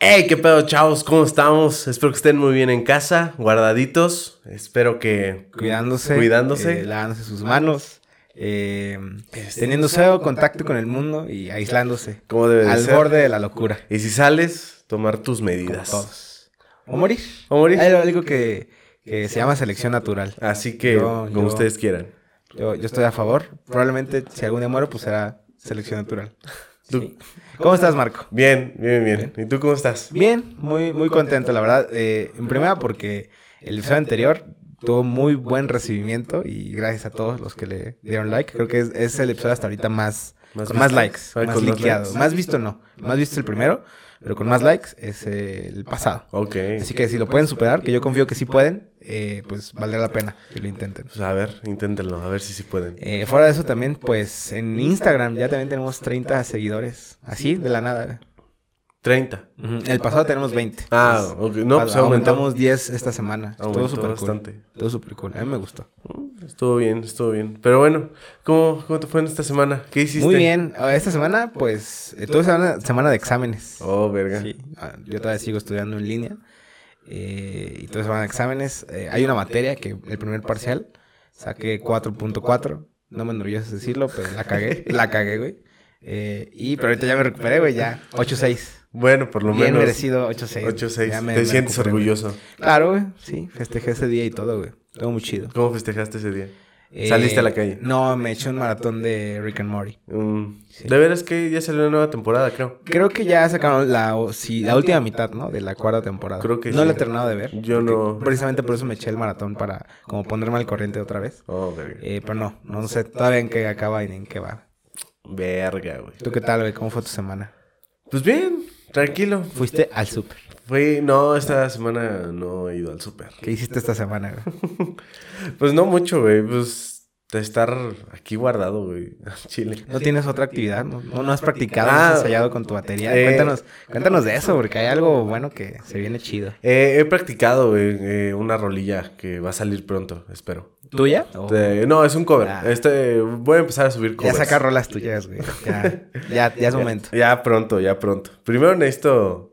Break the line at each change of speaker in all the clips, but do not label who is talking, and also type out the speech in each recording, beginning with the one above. Hey, qué pedo, chavos, ¿cómo estamos? Espero que estén muy bien en casa, guardaditos. Espero que.
Cuidándose.
Cuidándose.
eh, lavándose sus manos. eh, teniendo cero contacto con el mundo y aislándose.
¿Cómo debe de
al
ser?
borde de la locura.
Y si sales, tomar tus
como
medidas.
todos. O morir.
O morir.
Hay algo que, que se llama selección natural.
Así que,
Yo-
como
yo-
ustedes quieran.
Yo, yo estoy a favor. Probablemente si algún día muero, pues será selección natural.
Tú-
Sí. ¿Cómo estás, Marco?
Bien, bien, bien. ¿Y tú cómo estás?
Bien, muy, muy contento, la verdad. Eh, en primera, porque el episodio anterior tuvo muy buen recibimiento y gracias a todos los que le dieron like. Creo que es, es el episodio hasta ahorita más,
Más
con más
visto.
likes,
Ah,
más
con más
liqueado.
likes.
Más visto no, más visto el primero, pero con más likes es eh, el pasado.
Ok.
Así que si lo pueden superar, que yo confío que sí pueden, eh, pues valdrá la pena que lo intenten.
Pues a ver, inténtenlo, a ver si sí pueden.
Eh, fuera de eso también, pues en Instagram ya también tenemos 30 seguidores. Así, de la nada.
30.
El pasado tenemos 20.
Ah, ok. No,
Ah,
pues aumentamos.
aumentamos 10 esta semana. Estuvo
Aumentó
súper cool.
bastante.
Estuvo súper cool. A mí me gustó.
Estuvo bien, estuvo bien. Pero bueno, ¿cómo, cómo te fue en esta semana? ¿Qué hiciste?
Muy bien. Ah, Esta semana, pues, eh, tuve semana, semana de exámenes.
Oh, verga.
Sí. Ah, Yo todavía sigo estudiando en línea. eh, y tuve semana de exámenes. Eh, hay una materia que el primer parcial saqué 4.4. No me enorgullece decirlo, pero la cagué. la cagué, güey. Eh, y, pero ahorita ya me recuperé, güey. Ya 8.6.
Bueno, por lo
Bien
menos.
merecido 8.6.
8-6.
Ya
Te
me- me
sientes
recuperé, güey.
orgulloso.
Claro, güey. Sí, festejé ese día y todo, güey. Todo muy chido.
¿Cómo festejaste ese día?
Eh,
¿Saliste a la calle?
No, me eché un maratón de Rick and Morty.
Mm,
Sí.
De veras que ya salió una nueva temporada, creo.
Creo que ya sacaron la, o- sí, la última mitad, ¿no? De la cuarta temporada.
Creo que
No
sí.
la he terminado de ver.
Yo
porque
no.
Precisamente por eso me eché el maratón para como ponerme al corriente otra vez.
Oh, verga.
Eh, pero no, no sé todavía en qué acaba y en qué va.
Verga, güey.
¿Tú qué tal, güey? ¿Cómo fue tu semana?
Pues bien, tranquilo.
Fuiste al súper.
Fui, no, esta semana no he ido al súper.
¿Qué hiciste esta semana, güey?
Pues no mucho, güey. Pues de estar aquí guardado, güey. al Chile.
¿No tienes otra actividad? ¿No, no, no has practicado? ¿No
Ah,
has ensayado con tu batería?
eh.
cuéntanos, cuéntanos de eso, porque hay algo bueno que se viene chido.
Eh, he practicado, güey, eh, una rolilla que va a salir pronto, espero.
¿Tuya? O-
Eh, no, es un cover.
Oh. Ah.
Este, voy a empezar a subir
Ya
covers.
saca rolas tuyas, güey. Ya, ya, ya es momento.
Ya pronto, ya pronto. Primero necesito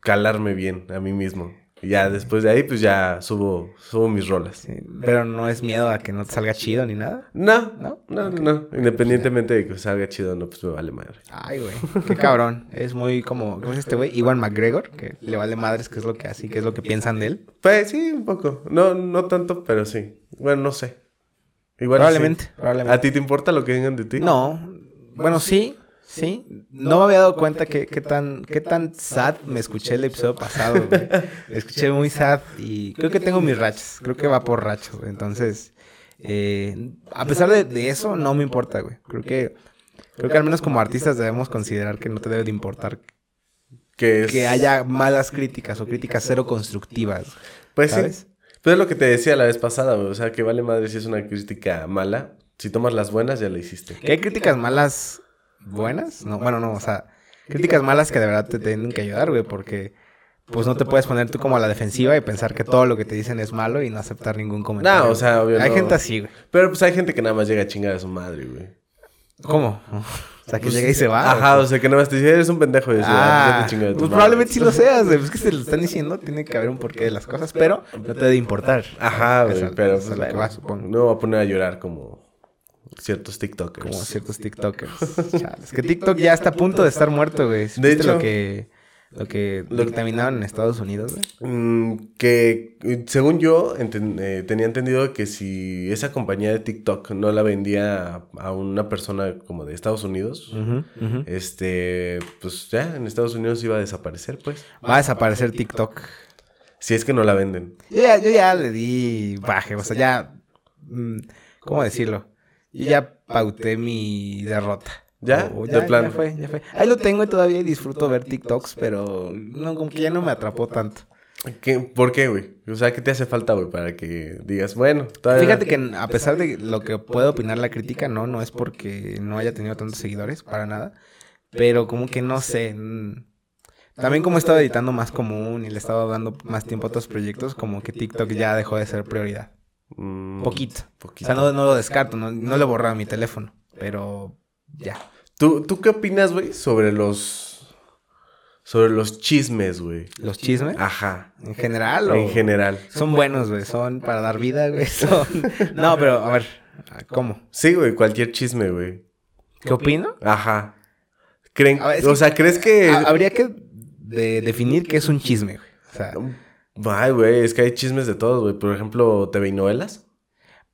calarme bien a mí mismo. Y ya después de ahí, pues ya subo, subo mis rolas.
Sí, pero no es miedo a que no te salga chido ni nada.
No, no, no,
¿No? Ok.
no. Independientemente de que salga chido o no, pues me vale madre.
Ay, güey. Qué cabrón. Es muy como, ¿cómo es este güey? Iwan McGregor, que le vale madres qué es lo que hace y qué es lo que piensan de él.
Pues sí, un poco. No, no tanto, pero sí. Bueno, no sé. Igual.
Probablemente,
sí.
probablemente.
¿A ti te importa lo que digan de ti?
No. Bueno, sí, sí. No me había dado cuenta que, que tan, qué tan sad me escuché el episodio pasado, güey. Me escuché muy sad y creo que tengo mis rachas. Creo que va por rachas, güey. Entonces, eh, a pesar de, de eso, no me importa, güey. Creo que, creo que al menos como artistas debemos considerar que no te debe de importar
Que es.
que haya malas críticas o críticas cero constructivas,
Pues sí.
¿sabes?
Pues es lo que te decía la vez pasada, güey. O sea, que vale madre si es una crítica mala. Si tomas las buenas, ya la hiciste.
Que hay críticas malas buenas, no, bueno, no, o sea, críticas malas que de verdad te tienen que ayudar, güey, porque pues no te puedes poner tú como a la defensiva y pensar que todo lo que te dicen es malo y no aceptar ningún comentario.
No, o sea, obvio,
hay
no.
gente así, güey.
Pero pues hay gente que nada más llega a chingar a su madre, güey.
¿Cómo? Pues, O sea, que llega y se va.
Pues, Ajá,
¿o
o sea, que nada más te dice, eres un pendejo. Y
qué?
dice, ah, ya
Ah,
te chingas de tu
pues
madre".
probablemente sí lo seas, güey. Es que se lo están diciendo, tiene que haber un porqué de las cosas, pero no te debe importar.
Ajá,
Es
güey,
al-
pero
es a
pues,
lo que
bueno,
va, supongo.
no va a poner a llorar como ciertos TikTokers.
Como ciertos TikTokers. Chale, es que TikTok ya está a punto de estar muerto, güey. ¿Supiste
hecho-
lo que, lo que
Lo-
dictaminaron en Estados Unidos, güey?
Mm, que eh, según yo enten- eh, tenía entendido que si esa compañía de TikTok no la vendía a, a una persona como de Estados Unidos,
Eh,
este, pues ya en Estados Unidos iba a desaparecer, pues.
Va a desaparecer TikTok.
Si es que no la venden.
Yo ya, yo ya le di baje, o sea, ya. mm, ¿Cómo decirlo? Yo ya pauté mi derrota.
¿Ya?
O- o
De plano.
Ya fue, ya fue. Ahí lo tengo y todavía disfruto ver TikToks, pero no, como que ya no me atrapó tanto.
¿Qué- ¿Por qué, güey? O sea, ¿qué te hace falta, güey? Para que digas, bueno, todavía...
Fíjate que a pesar de lo que puede opinar la crítica, no, no es porque no haya tenido tantos seguidores, para nada. Pero como que no sé. mm. También como he estado editando más común y le he estado dando más tiempo a otros proyectos, como que TikTok ya dejó de ser prioridad.
Mm,
Poquito. O
poquito.
sea, no, no lo descarto, no, no lo he borrado de mi teléfono. Pero ya.
¿Tú, ¿Tú qué opinas, güey, sobre los... sobre los chismes, güey.
¿Los chismes?
Ajá.
¿En general o...?
En general.
Son buenos, güey. Son para dar vida, güey. Son... No, pero a ver. ¿Cómo?
Sí, güey, cualquier chisme, güey.
¿Qué opino?
Ajá. ¿Creen,
A ver, es
o
que-
sea, ¿crees que...?
Ha- Ah, Habría que de- definir qué es un chisme, güey. O sea,
Ay, güey, es que hay chismes de todos, güey. Por ejemplo, TV y novelas.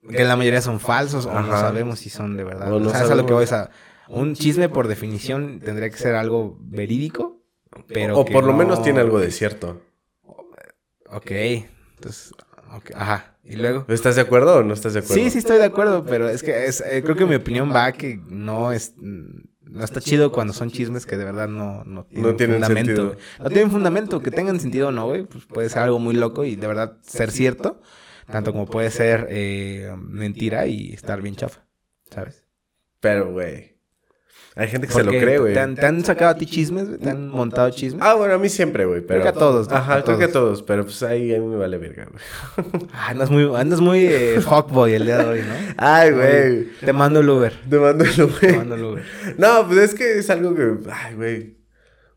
que la mayoría son falsos o no
Ajá.
sabemos si son de verdad.
No, no
o sea, eso es a lo
sabemos.
que voy o sea, Un chisme, por definición, tendría que ser algo verídico, pero
o
que
por lo
no-
menos tiene algo de cierto.
Ok. Entonces, ok, ajá. ¿Y luego?
¿Estás de acuerdo o no estás de acuerdo?
Sí, sí estoy de acuerdo, pero es que es- eh, creo que mi opinión va a que no es no está chido cuando son chismes que de verdad no, no tienen,
No tienen
fundamento.
sentido.
güey. No tienen fundamento, que tengan sentido o no, güey, pues puede ser algo muy loco y de verdad ser cierto, tanto como puede ser eh, mentira y estar bien chafa, ¿sabes?
Pero, güey. Hay gente que se
Porque
lo cree, güey.
¿Te, han- te han sacado a ti chismes? güey? ¿Te han montado chismes?
Ah, bueno, a mí siempre, güey. Pero...
Creo que a todos, ¿no?
Ajá,
A
creo que a todos. Pero pues ahí a mí me vale verga, güey.
Ah, andas muy, andas muy eh, fuckboy el día de hoy, ¿no?
Ay,
güey. Te mando el Uber.
Te mando el
Te
güey.
mando el Uber.
No, pues es que es algo que. Ay, güey.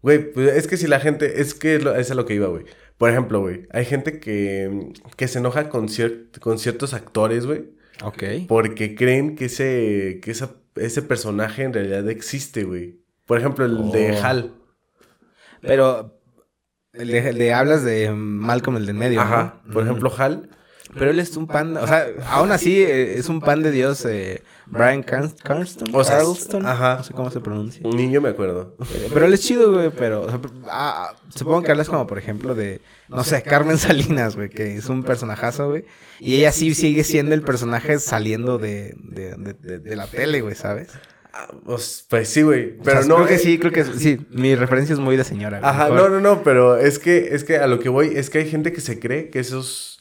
Güey, pues es que si la gente. Es que lo- es a lo que iba, güey. Por ejemplo, güey. Hay gente que, que se enoja con, cier- con ciertos actores, güey.
Ok.
Porque creen que ese, que esa- ese personaje en realidad existe, güey. Por ejemplo, el de
Oh.
Hal.
Pero el de, el de- hablas de Malcolm, el del medio.
Ajá.
¿no?
Por
Ujú.
ejemplo, Hal.
Pero él es un pan. O sea, aún así eh, es un pan de Dios. eh, Brian Carn- Carnston.
O sea,
Carlston,
ajá.
No sé cómo se pronuncia.
Un niño, me acuerdo.
Eh, Pero él es chido, güey. Pero o sea, ah, supongo que hablas como, por ejemplo, de. No sé, Carmen Salinas, güey, que es un personajazo, güey. Y ella sí sigue siendo el personaje saliendo de, de, de- de- de la tele, güey, ¿sabes?
Ah, pues, pues sí, güey.
O
Pero
sea,
no.
Creo que
eh,
sí, creo que sí. Mi referencia es muy de señora. güey.
Ajá,
Mejor-
no, no, no, pero es que, es que a lo que voy es que hay gente que se cree que esos,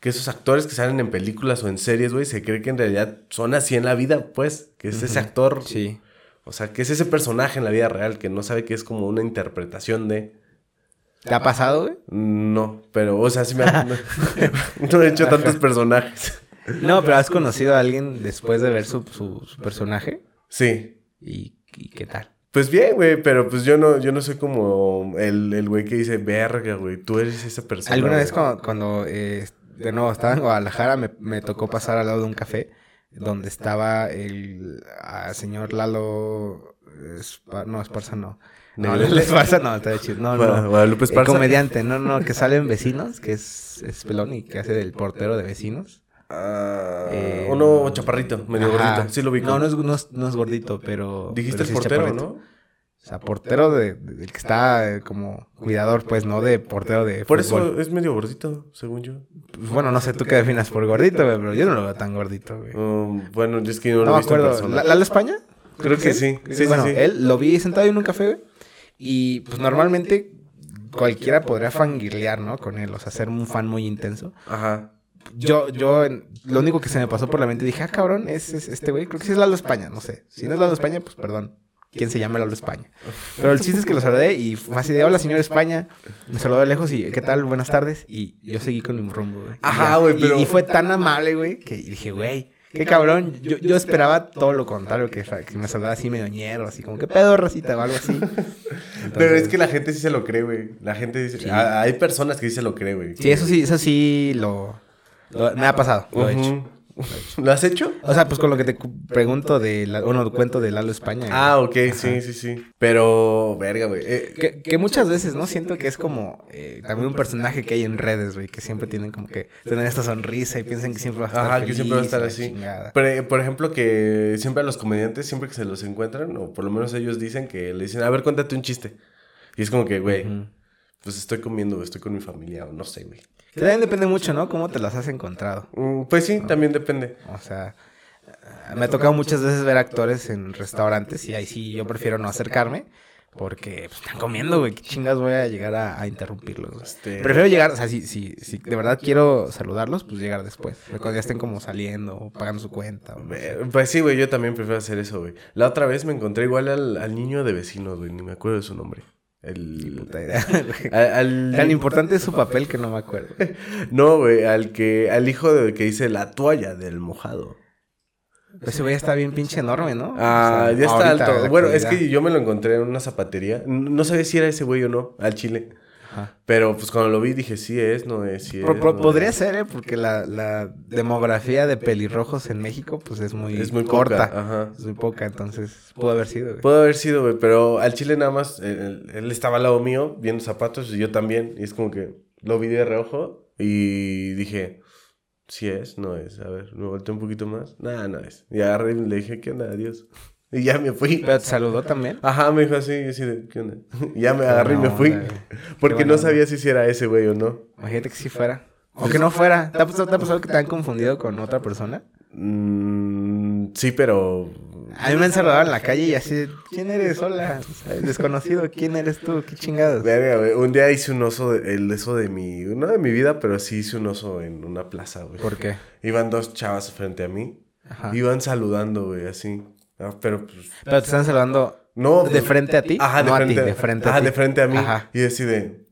que esos actores que salen en películas o en series, güey, se cree que en realidad son así en la vida, pues, que es ese
Ujú,
actor,
Sí.
o sea, que es ese personaje en la vida real que no sabe que es como una interpretación de...
¿Te ha pasado, güey?
No, pero, o sea, sí me... ha- No, no he hecho tantos personajes.
No, pero has conocido a alguien después de ver su, su, su personaje.
Sí.
¿Y, y qué tal?
Pues bien, güey, pero pues yo no, yo no soy como el el güey que dice, verga, güey, tú eres esa persona.
Alguna
güey".
vez cuando, cuando, eh, de nuevo estaba en Guadalajara, me, me tocó pasar al lado de un café donde estaba el ah, señor Lalo... Espa- no, Esparza no. No,
Negrete.
Lalo Esparza no, está chido. No,
Gua-
no.
Guadalupe
El
pues Esparza.
comediante, no, no, que sale en Vecinos, que es, es Pelón y que hace del portero de Vecinos.
Ah,
Eh,
uno chaparrito, medio
Ajá.
gordito. Sí lo vi.
No, no es, no, es, no es gordito, pero...
Dijiste
pero sí es
portero,
chaparrito.
¿no?
O sea, portero de, de- el que está eh, como cuidador, pues, no de portero de
Por
fútbol.
eso es medio gordito, según yo.
Pues, Bueno, no sé tú qué definas por gordito, güey, pero yo no lo veo tan gordito, güey.
Um, bueno, yo es que no
No,
lo
me
he visto en
acuerdo.
persona.
¿La- ¿Lalo España?
Creo que
él.
sí. Sí, sí,
bueno,
sí.
él lo vi sentado en un café, güey. Y pues normalmente cualquiera podría fangirlear, ¿no? Con él, o sea, ser un fan muy intenso.
Ajá.
Yo, yo, en- lo único que se me pasó por la mente, dije, ah, cabrón, es, es este güey, creo que sí es Lalo España, no sé. Si no es Lalo España, pues perdón. ¿Quién se llama Lalo España? Pero el chiste es que lo saludé y fue así de, hola, señor España. Me saludó de lejos y, ¿qué tal? Buenas tardes. Y yo seguí con mi rumbo, güey. Y
Ajá,
ya.
güey,
Y-
pero-
Y, fue tan amable, güey, que dije, güey, qué cabrón. Yo, yo esperaba todo lo contrario, que, que me saludara así medio ñero, así como, ¿qué pedo, racita? O algo así.
Pero es
Entonces-
que la gente sí se lo cree, güey. La gente dice.
Sí.
Ah, hay personas que sí se lo cree, güey.
Sí, eso sí, eso sí lo... lo- me ha pasado, lo he hecho.
¿Lo has hecho?
O sea, pues con lo que te cu- pregunto de... La, bueno, cuento de Lalo España. güey.
Ah, ok, sí, sí, sí. Pero, verga, güey. Eh,
Que, que muchas veces, ¿no? Siento que es como eh, también un personaje que hay en redes, güey, que siempre tienen como que tener esta sonrisa y piensan que siempre va a estar
Ajá, que
feliz
siempre va a
y
estar
la
así.
chingada.
Pero, por ejemplo, que siempre a los comediantes, siempre que se los encuentran, o por lo menos ellos dicen que le dicen, a ver, cuéntate un chiste. Y es como que, güey,
Ujú.
pues estoy comiendo, güey, estoy con mi familia, o no sé, güey.
Que también depende mucho, ¿no? Cómo te las has encontrado.
Mm, Pues sí, también depende.
O sea, eh, me ha tocado muchas veces ver actores en restaurantes y ahí sí yo prefiero no acercarme porque pues, están comiendo, güey. ¿Qué chingas voy a llegar a, a interrumpirlos? güey?
Este,
Prefiero llegar, o sea, si, si, si de verdad quiero saludarlos, pues llegar después. Cuando ya estén como saliendo o pagando su cuenta. o no sé.
ver, Pues sí, güey, yo también prefiero hacer eso, güey. La otra vez me encontré igual al, al niño de vecinos, güey, ni me acuerdo de su nombre. El.
Puta idea, güey.
a- Al,
Tan importante es su papel que no me acuerdo.
no, güey, al que, al hijo de, que dice la toalla del mojado.
Ese güey está bien pinche enorme, ¿no?
Ah,
O sea,
ya está
ahorita, en
alto.
la
Bueno, es
actualidad.
que yo me lo encontré en una zapatería. N- No sabía si era ese güey o no, al chile.
Ajá.
Pero pues cuando lo vi dije, sí es, no es, sí es.
Pro- pro-
no
podría
es.
ser, ¿eh? Porque la, la demografía de pelirrojos en México, pues es muy,
Es muy
corta.
poca, ajá.
Es muy poca, entonces pudo haber sido, güey.
Puede haber sido, güey, pero al chile nada más, él, él estaba al lado mío viendo zapatos y yo también. Y es como que lo vi de reojo y dije, si es, no es. A ver, me volteé un poquito más. Nada, no es. Y agarré y le dije, ¿qué onda? Adiós. Y ya me fui.
Pero te saludó también.
Ajá, me dijo así, y así de, ¿qué onda? Y ya me
Qué
agarré y me
buena
fui.
onda, güey.
Porque
buena
no
onda.
sabía si sí era ese güey o no.
Imagínate que sí fuera. O que no fuera. ¿Te ha pasado, te ha pasado que te han confundido con otra persona?
Mm, sí, pero.
A mí me han saludado en la calle y así, ¿quién eres? Hola, desconocido, ¿quién eres tú? ¿Qué chingados?
Verga, güey. Un día hice un oso, de- el eso de mi. No de mi vida, pero sí hice un oso en una plaza, güey.
¿Por qué?
Iban dos chavas frente a mí.
Ajá.
Iban saludando, güey, así. Ah, pero pues.
Pero te están saludando
No. pues,
de frente a ti.
Ajá, de
no
frente.
a ti, de frente a
Ajá,
ti.
de frente a mí.
Ajá.
Y así de.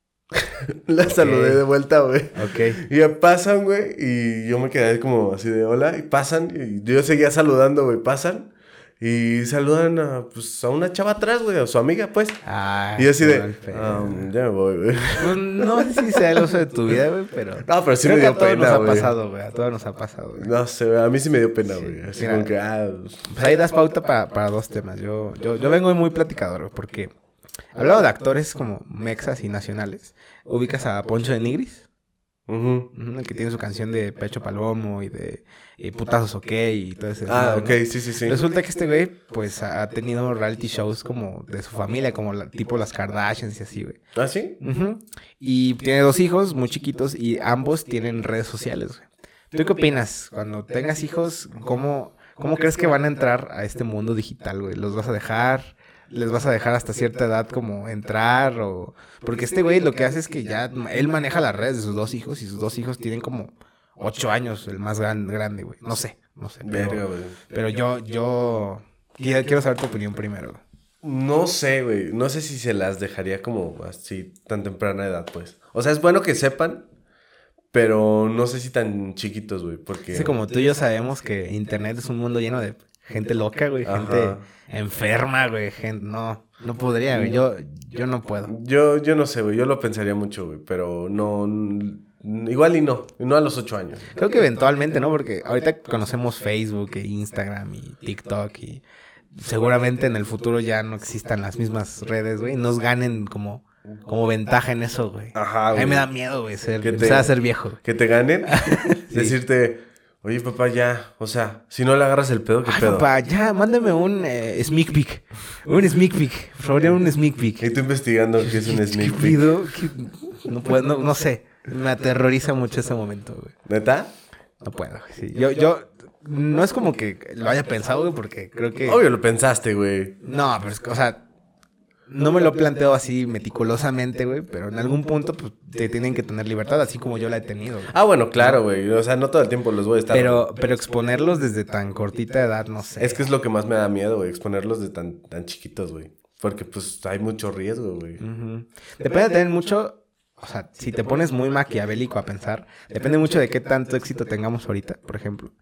La saludé de vuelta, güey.
Ok.
Y ya pasan, güey, y yo me quedé como así de hola, y pasan, y yo seguía saludando, güey, pasan, y saludan a, pues, a una chava atrás, güey, a su amiga, pues.
Ah,
y yo así
qué
de,
mal pedo.
"Am, ya me voy, güey.
um, Pues, no sé si sea el oso de tu vida, güey, pero...
No, pero sí
Creo
me
que a
dio
todos
pena,
nos ha
güey.
pasado, güey. A todos nos ha pasado, güey.
No sé, güey, a mí sí me dio pena,
Sí,
güey. Así
mira.
como que, ah, pues,
Pues ahí das pauta pa- para dos temas. Yo, yo, yo vengo muy platicador, güey, porque... Hablando de actores como mexas y nacionales, ubicas a Poncho de Nigris,
ujú.
Ujú, el que tiene su canción de Pecho Palomo y de y Putazos OK y todo ese...
Ah,
desmadre,
ok,
¿no?
sí, sí, sí.
Resulta que este güey, pues, ha ha tenido reality shows como de su familia, como la- tipo las Kardashians y así, güey.
¿Ah, sí?
Ujú. Y tiene dos hijos muy chiquitos y ambos tienen redes sociales, güey. ¿Tú qué opinas? Cuando tengas hijos, ¿cómo, ¿cómo crees que van a entrar a este mundo digital, güey? ¿Los vas a dejar? ¿Les vas a dejar hasta cierta edad como entrar? o Porque este güey lo que hace es que ya él maneja las redes de sus dos hijos y sus dos hijos tienen como ocho años, el más gran- grande, güey. No sé, no sé. pero-
Verga, güey.
pero yo, yo quiero, quiero saber tu opinión primero.
No sé, güey. No sé si se las dejaría como así tan temprana edad, pues. O sea, es bueno que sepan, pero no sé si tan chiquitos, güey, porque...
Sí, como tú y yo sabemos que internet es un mundo lleno de gente loca, güey,
Ajá.
gente enferma, güey, gente no, no podría, güey. Yo, yo no puedo.
Yo, yo no sé, güey. Yo lo pensaría mucho, güey. Pero no. n- Igual y no. No a los ocho años.
Creo que eventualmente, ¿no? Porque ahorita conocemos Facebook e Instagram y TikTok y seguramente en el futuro ya no existan las mismas redes, güey. y Nos ganen como, como ventaja en eso, güey.
Ajá,
A
güey.
mí me da miedo, güey, ser,
Que te-
empezar a ser viejo. güey.
Que te ganen.
Sí.
Decirte, oye, papá, ya. O sea, si no le agarras el pedo, ¿qué
Ay,
pedo?
papá, ya, mándame un eh, sneak peek. Un sneak peek. Por favor, un sneak
Y
peek.
tú investigando qué es un sneak
¿Qué
peek.
ruido? ¿Qué- Este, No puedo, no, no sé. Me aterroriza mucho ese momento, güey.
¿Neta?
No puedo, güey, sí. Yo, yo, no es como que lo haya pensado, güey, porque creo que...
Obvio lo pensaste, güey.
No, pero es que, o sea, no me lo planteo así meticulosamente, güey, pero en algún punto pues, te tienen que tener libertad, así como yo la he tenido, güey.
Ah, bueno, claro, güey. O sea, no todo el tiempo los voy a estar.
Pero, pero exponerlos desde tan cortita edad, no sé.
Es que es lo que más me da miedo, güey. Exponerlos de tan, tan chiquitos, güey. Porque, pues, hay mucho riesgo, güey.
Ujú. Depende también mucho, o sea, si te pones muy maquiavélico a pensar, depende mucho de qué tanto éxito tengamos ahorita, por ejemplo.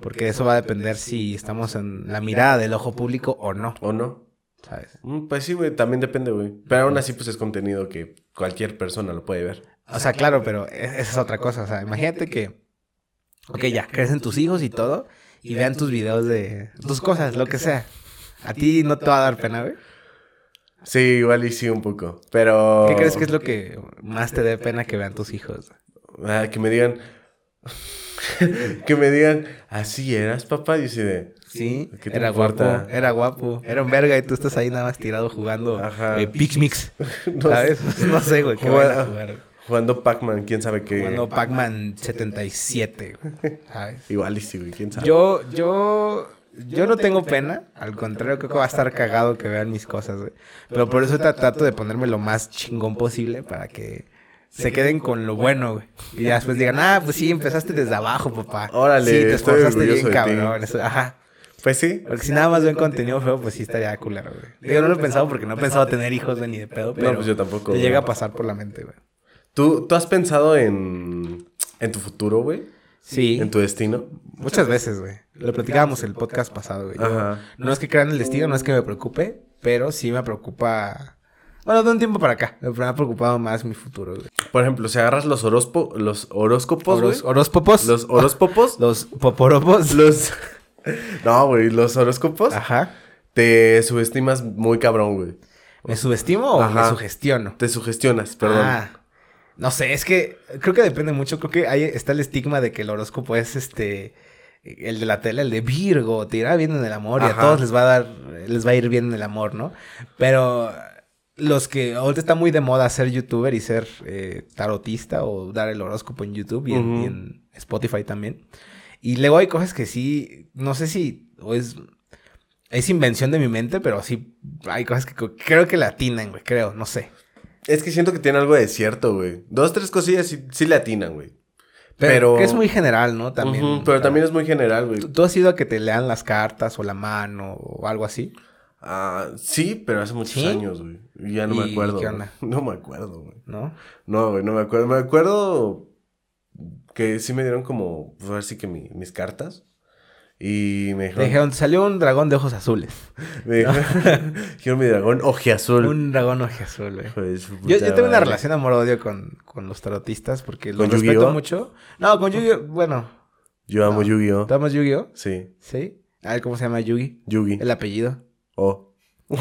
Porque eso va a depender si estamos en la mirada del ojo público o no,
¿O no?
¿sabes?
Mm, Pues sí, güey. También depende, güey. Pero aún así, pues, es contenido que cualquier persona lo puede ver.
O sea, claro, pero e- esa es otra cosa. O sea, imagínate que, ok, ya, crecen tus hijos y todo, y vean tus videos de tus cosas, lo que sea. A ti no te va a dar pena, güey.
Sí, igual y sí un poco, pero...
¿Qué crees que es lo que más te dé pena que vean tus hijos?
Ah, que me digan... que me digan, así eras, papá, y así de...
Sí,
¿Qué te
era
importa?
guapo, era guapo, era un verga y tú estás ahí nada más tirado jugando
Ajá.
eh, Pix Mix,
No
¿sabes? No sé, güey, qué van a
Jugando-
jugar.
Jugando Pac-Man, quién sabe qué...
Jugando Pac-Man 77, güey, ¿sabes?
Igual y sí, güey, quién sabe.
Yo, yo, yo no tengo pena, al contrario, creo que va a estar cagado que vean mis cosas, güey. Pero por eso tra- trato de ponerme lo más chingón posible para que se queden con lo bueno, güey. Y ya después digan, ah, pues sí, empezaste desde abajo, papá.
Órale,
sí, te
estoy
esforzaste bien,
orgulloso de ti.
cabrón. eso- Ajá.
Pues sí.
Porque si nada más ven contenido feo, pues sí estaría culero, güey. Digo, no lo he pensado porque no he pensado tener hijos, güey, ni de pedo, pero...
No, pues yo tampoco.
Te
güey.
llega a pasar por la mente, güey.
¿Tú, ¿Tú has pensado en... en tu futuro, güey?
Sí.
en tu destino.
Muchas veces, güey. Lo platicábamos el podcast pasado, güey. Yo-
Ajá.
No es que crean el destino, no es que me preocupe, pero sí me preocupa. Bueno, de un tiempo para acá. Me ha preocupado más mi futuro, güey.
Por ejemplo, si agarras los, horospo- los horóscopos, güey.
Oros, orospopos.
Los horóscopos.
Los Ah. poporopos.
los... no, güey, los horóscopos.
Ajá.
Te subestimas muy cabrón, güey.
¿Me subestimo o me
Ajá.
sugestiono?
Te sugestionas, perdón.
Ah, no sé, es que creo que depende mucho. Creo que ahí está el estigma de que el horóscopo es este. El de la tela, el de Virgo, te irá bien en el amor y a
Ajá.
todos les va a dar, les va a ir bien en el amor, ¿no? Pero los que ahorita está muy de moda ser youtuber y ser eh, tarotista o dar el horóscopo en YouTube y, en,
Ujú.
y en Spotify también. Y luego hay cosas que sí, no sé si o es es invención de mi mente, pero sí hay cosas que co- creo que latinan, güey, creo, no sé.
Es que siento que tiene algo de cierto, güey. Dos, tres cosillas sí, sí le atinan, güey.
Pero,
Pero-
que es muy general, ¿no? También.
Ujú, pero también es muy general, güey.
¿Tú, tú has ido a que te lean las cartas o la mano o algo así?
Ah, sí, pero hace muchos
¿Sí?
años, güey. Ya no me
¿Y
acuerdo.
qué
güey.
onda?
No me acuerdo, güey.
¿No?
No, güey, no me acuerdo. Me acuerdo que sí me dieron como, pues ahora sí que mi- mis cartas. Y me
Te
dijeron,
dijeron, "Te salió un dragón de ojos azules.
me dijeron, dijeron mi dragón ojeazul.
Un dragón oje azul, güey.
Hijo de su
Yo,
puta
yo tengo una
madre.
relación amor-odio con, con los tarotistas porque los
¿Con
respeto
Yu-Gi-Oh?
mucho. No, con Yu-Gi-Oh, bueno.
Yo amo
No.
Yu-Gi-Oh.
¿Tú amas Yu-Gi-Oh?
Sí,
Sí. A ver cómo se llama Yugi.
Yugi.
El apellido.
Oh.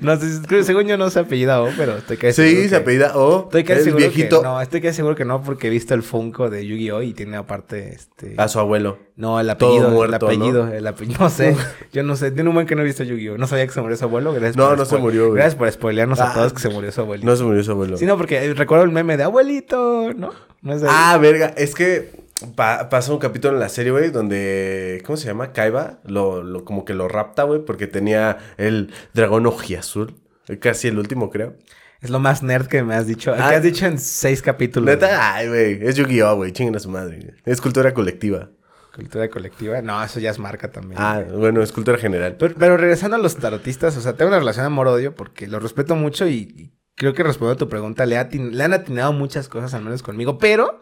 No sé, creo- según yo no se apellida O, pero estoy casi seguro
Sí, se
que-
apellida O.
Estoy casi
el
seguro
viejito
que no, estoy casi seguro que no porque he visto el Funko de Yu-Gi-Oh y tiene aparte este
a su abuelo.
no, el
todo
apellido, el
muerto,
apellido, el apellido, no sé, yo no sé, tiene un buen que no he visto Yu-Gi-Oh, no sabía que se murió su abuelo, gracias
No,
por
no se
spoil-
murió, güey.
Gracias por spoilearnos a
Ah,
todos que se murió su abuelito.
No se murió su abuelo.
Sí, no, porque eh, recuerdo el meme de abuelito, ¿no? No es de ahí.
Ah, verga, es que pa- pasa un capítulo en la serie, güey, donde, ¿cómo se llama? Kaiba, lo, lo- como que lo rapta, güey, porque tenía el dragón ojiazul, eh, casi el último, creo.
es lo más nerd que me has dicho,
Ah.
que has dicho en seis capítulos. güey.
Neta, ay, güey, es Yu-Gi-Oh, güey, chinguen a su madre. güey. Es cultura colectiva.
Cultura colectiva, no, eso ya es marca también.
Ah, bueno, es cultura general.
Pero, pero regresando a los tarotistas, o sea, tengo una relación amor-odio porque los respeto mucho y, y creo que respondo a tu pregunta. Le, atin- le han atinado muchas cosas, al menos conmigo, pero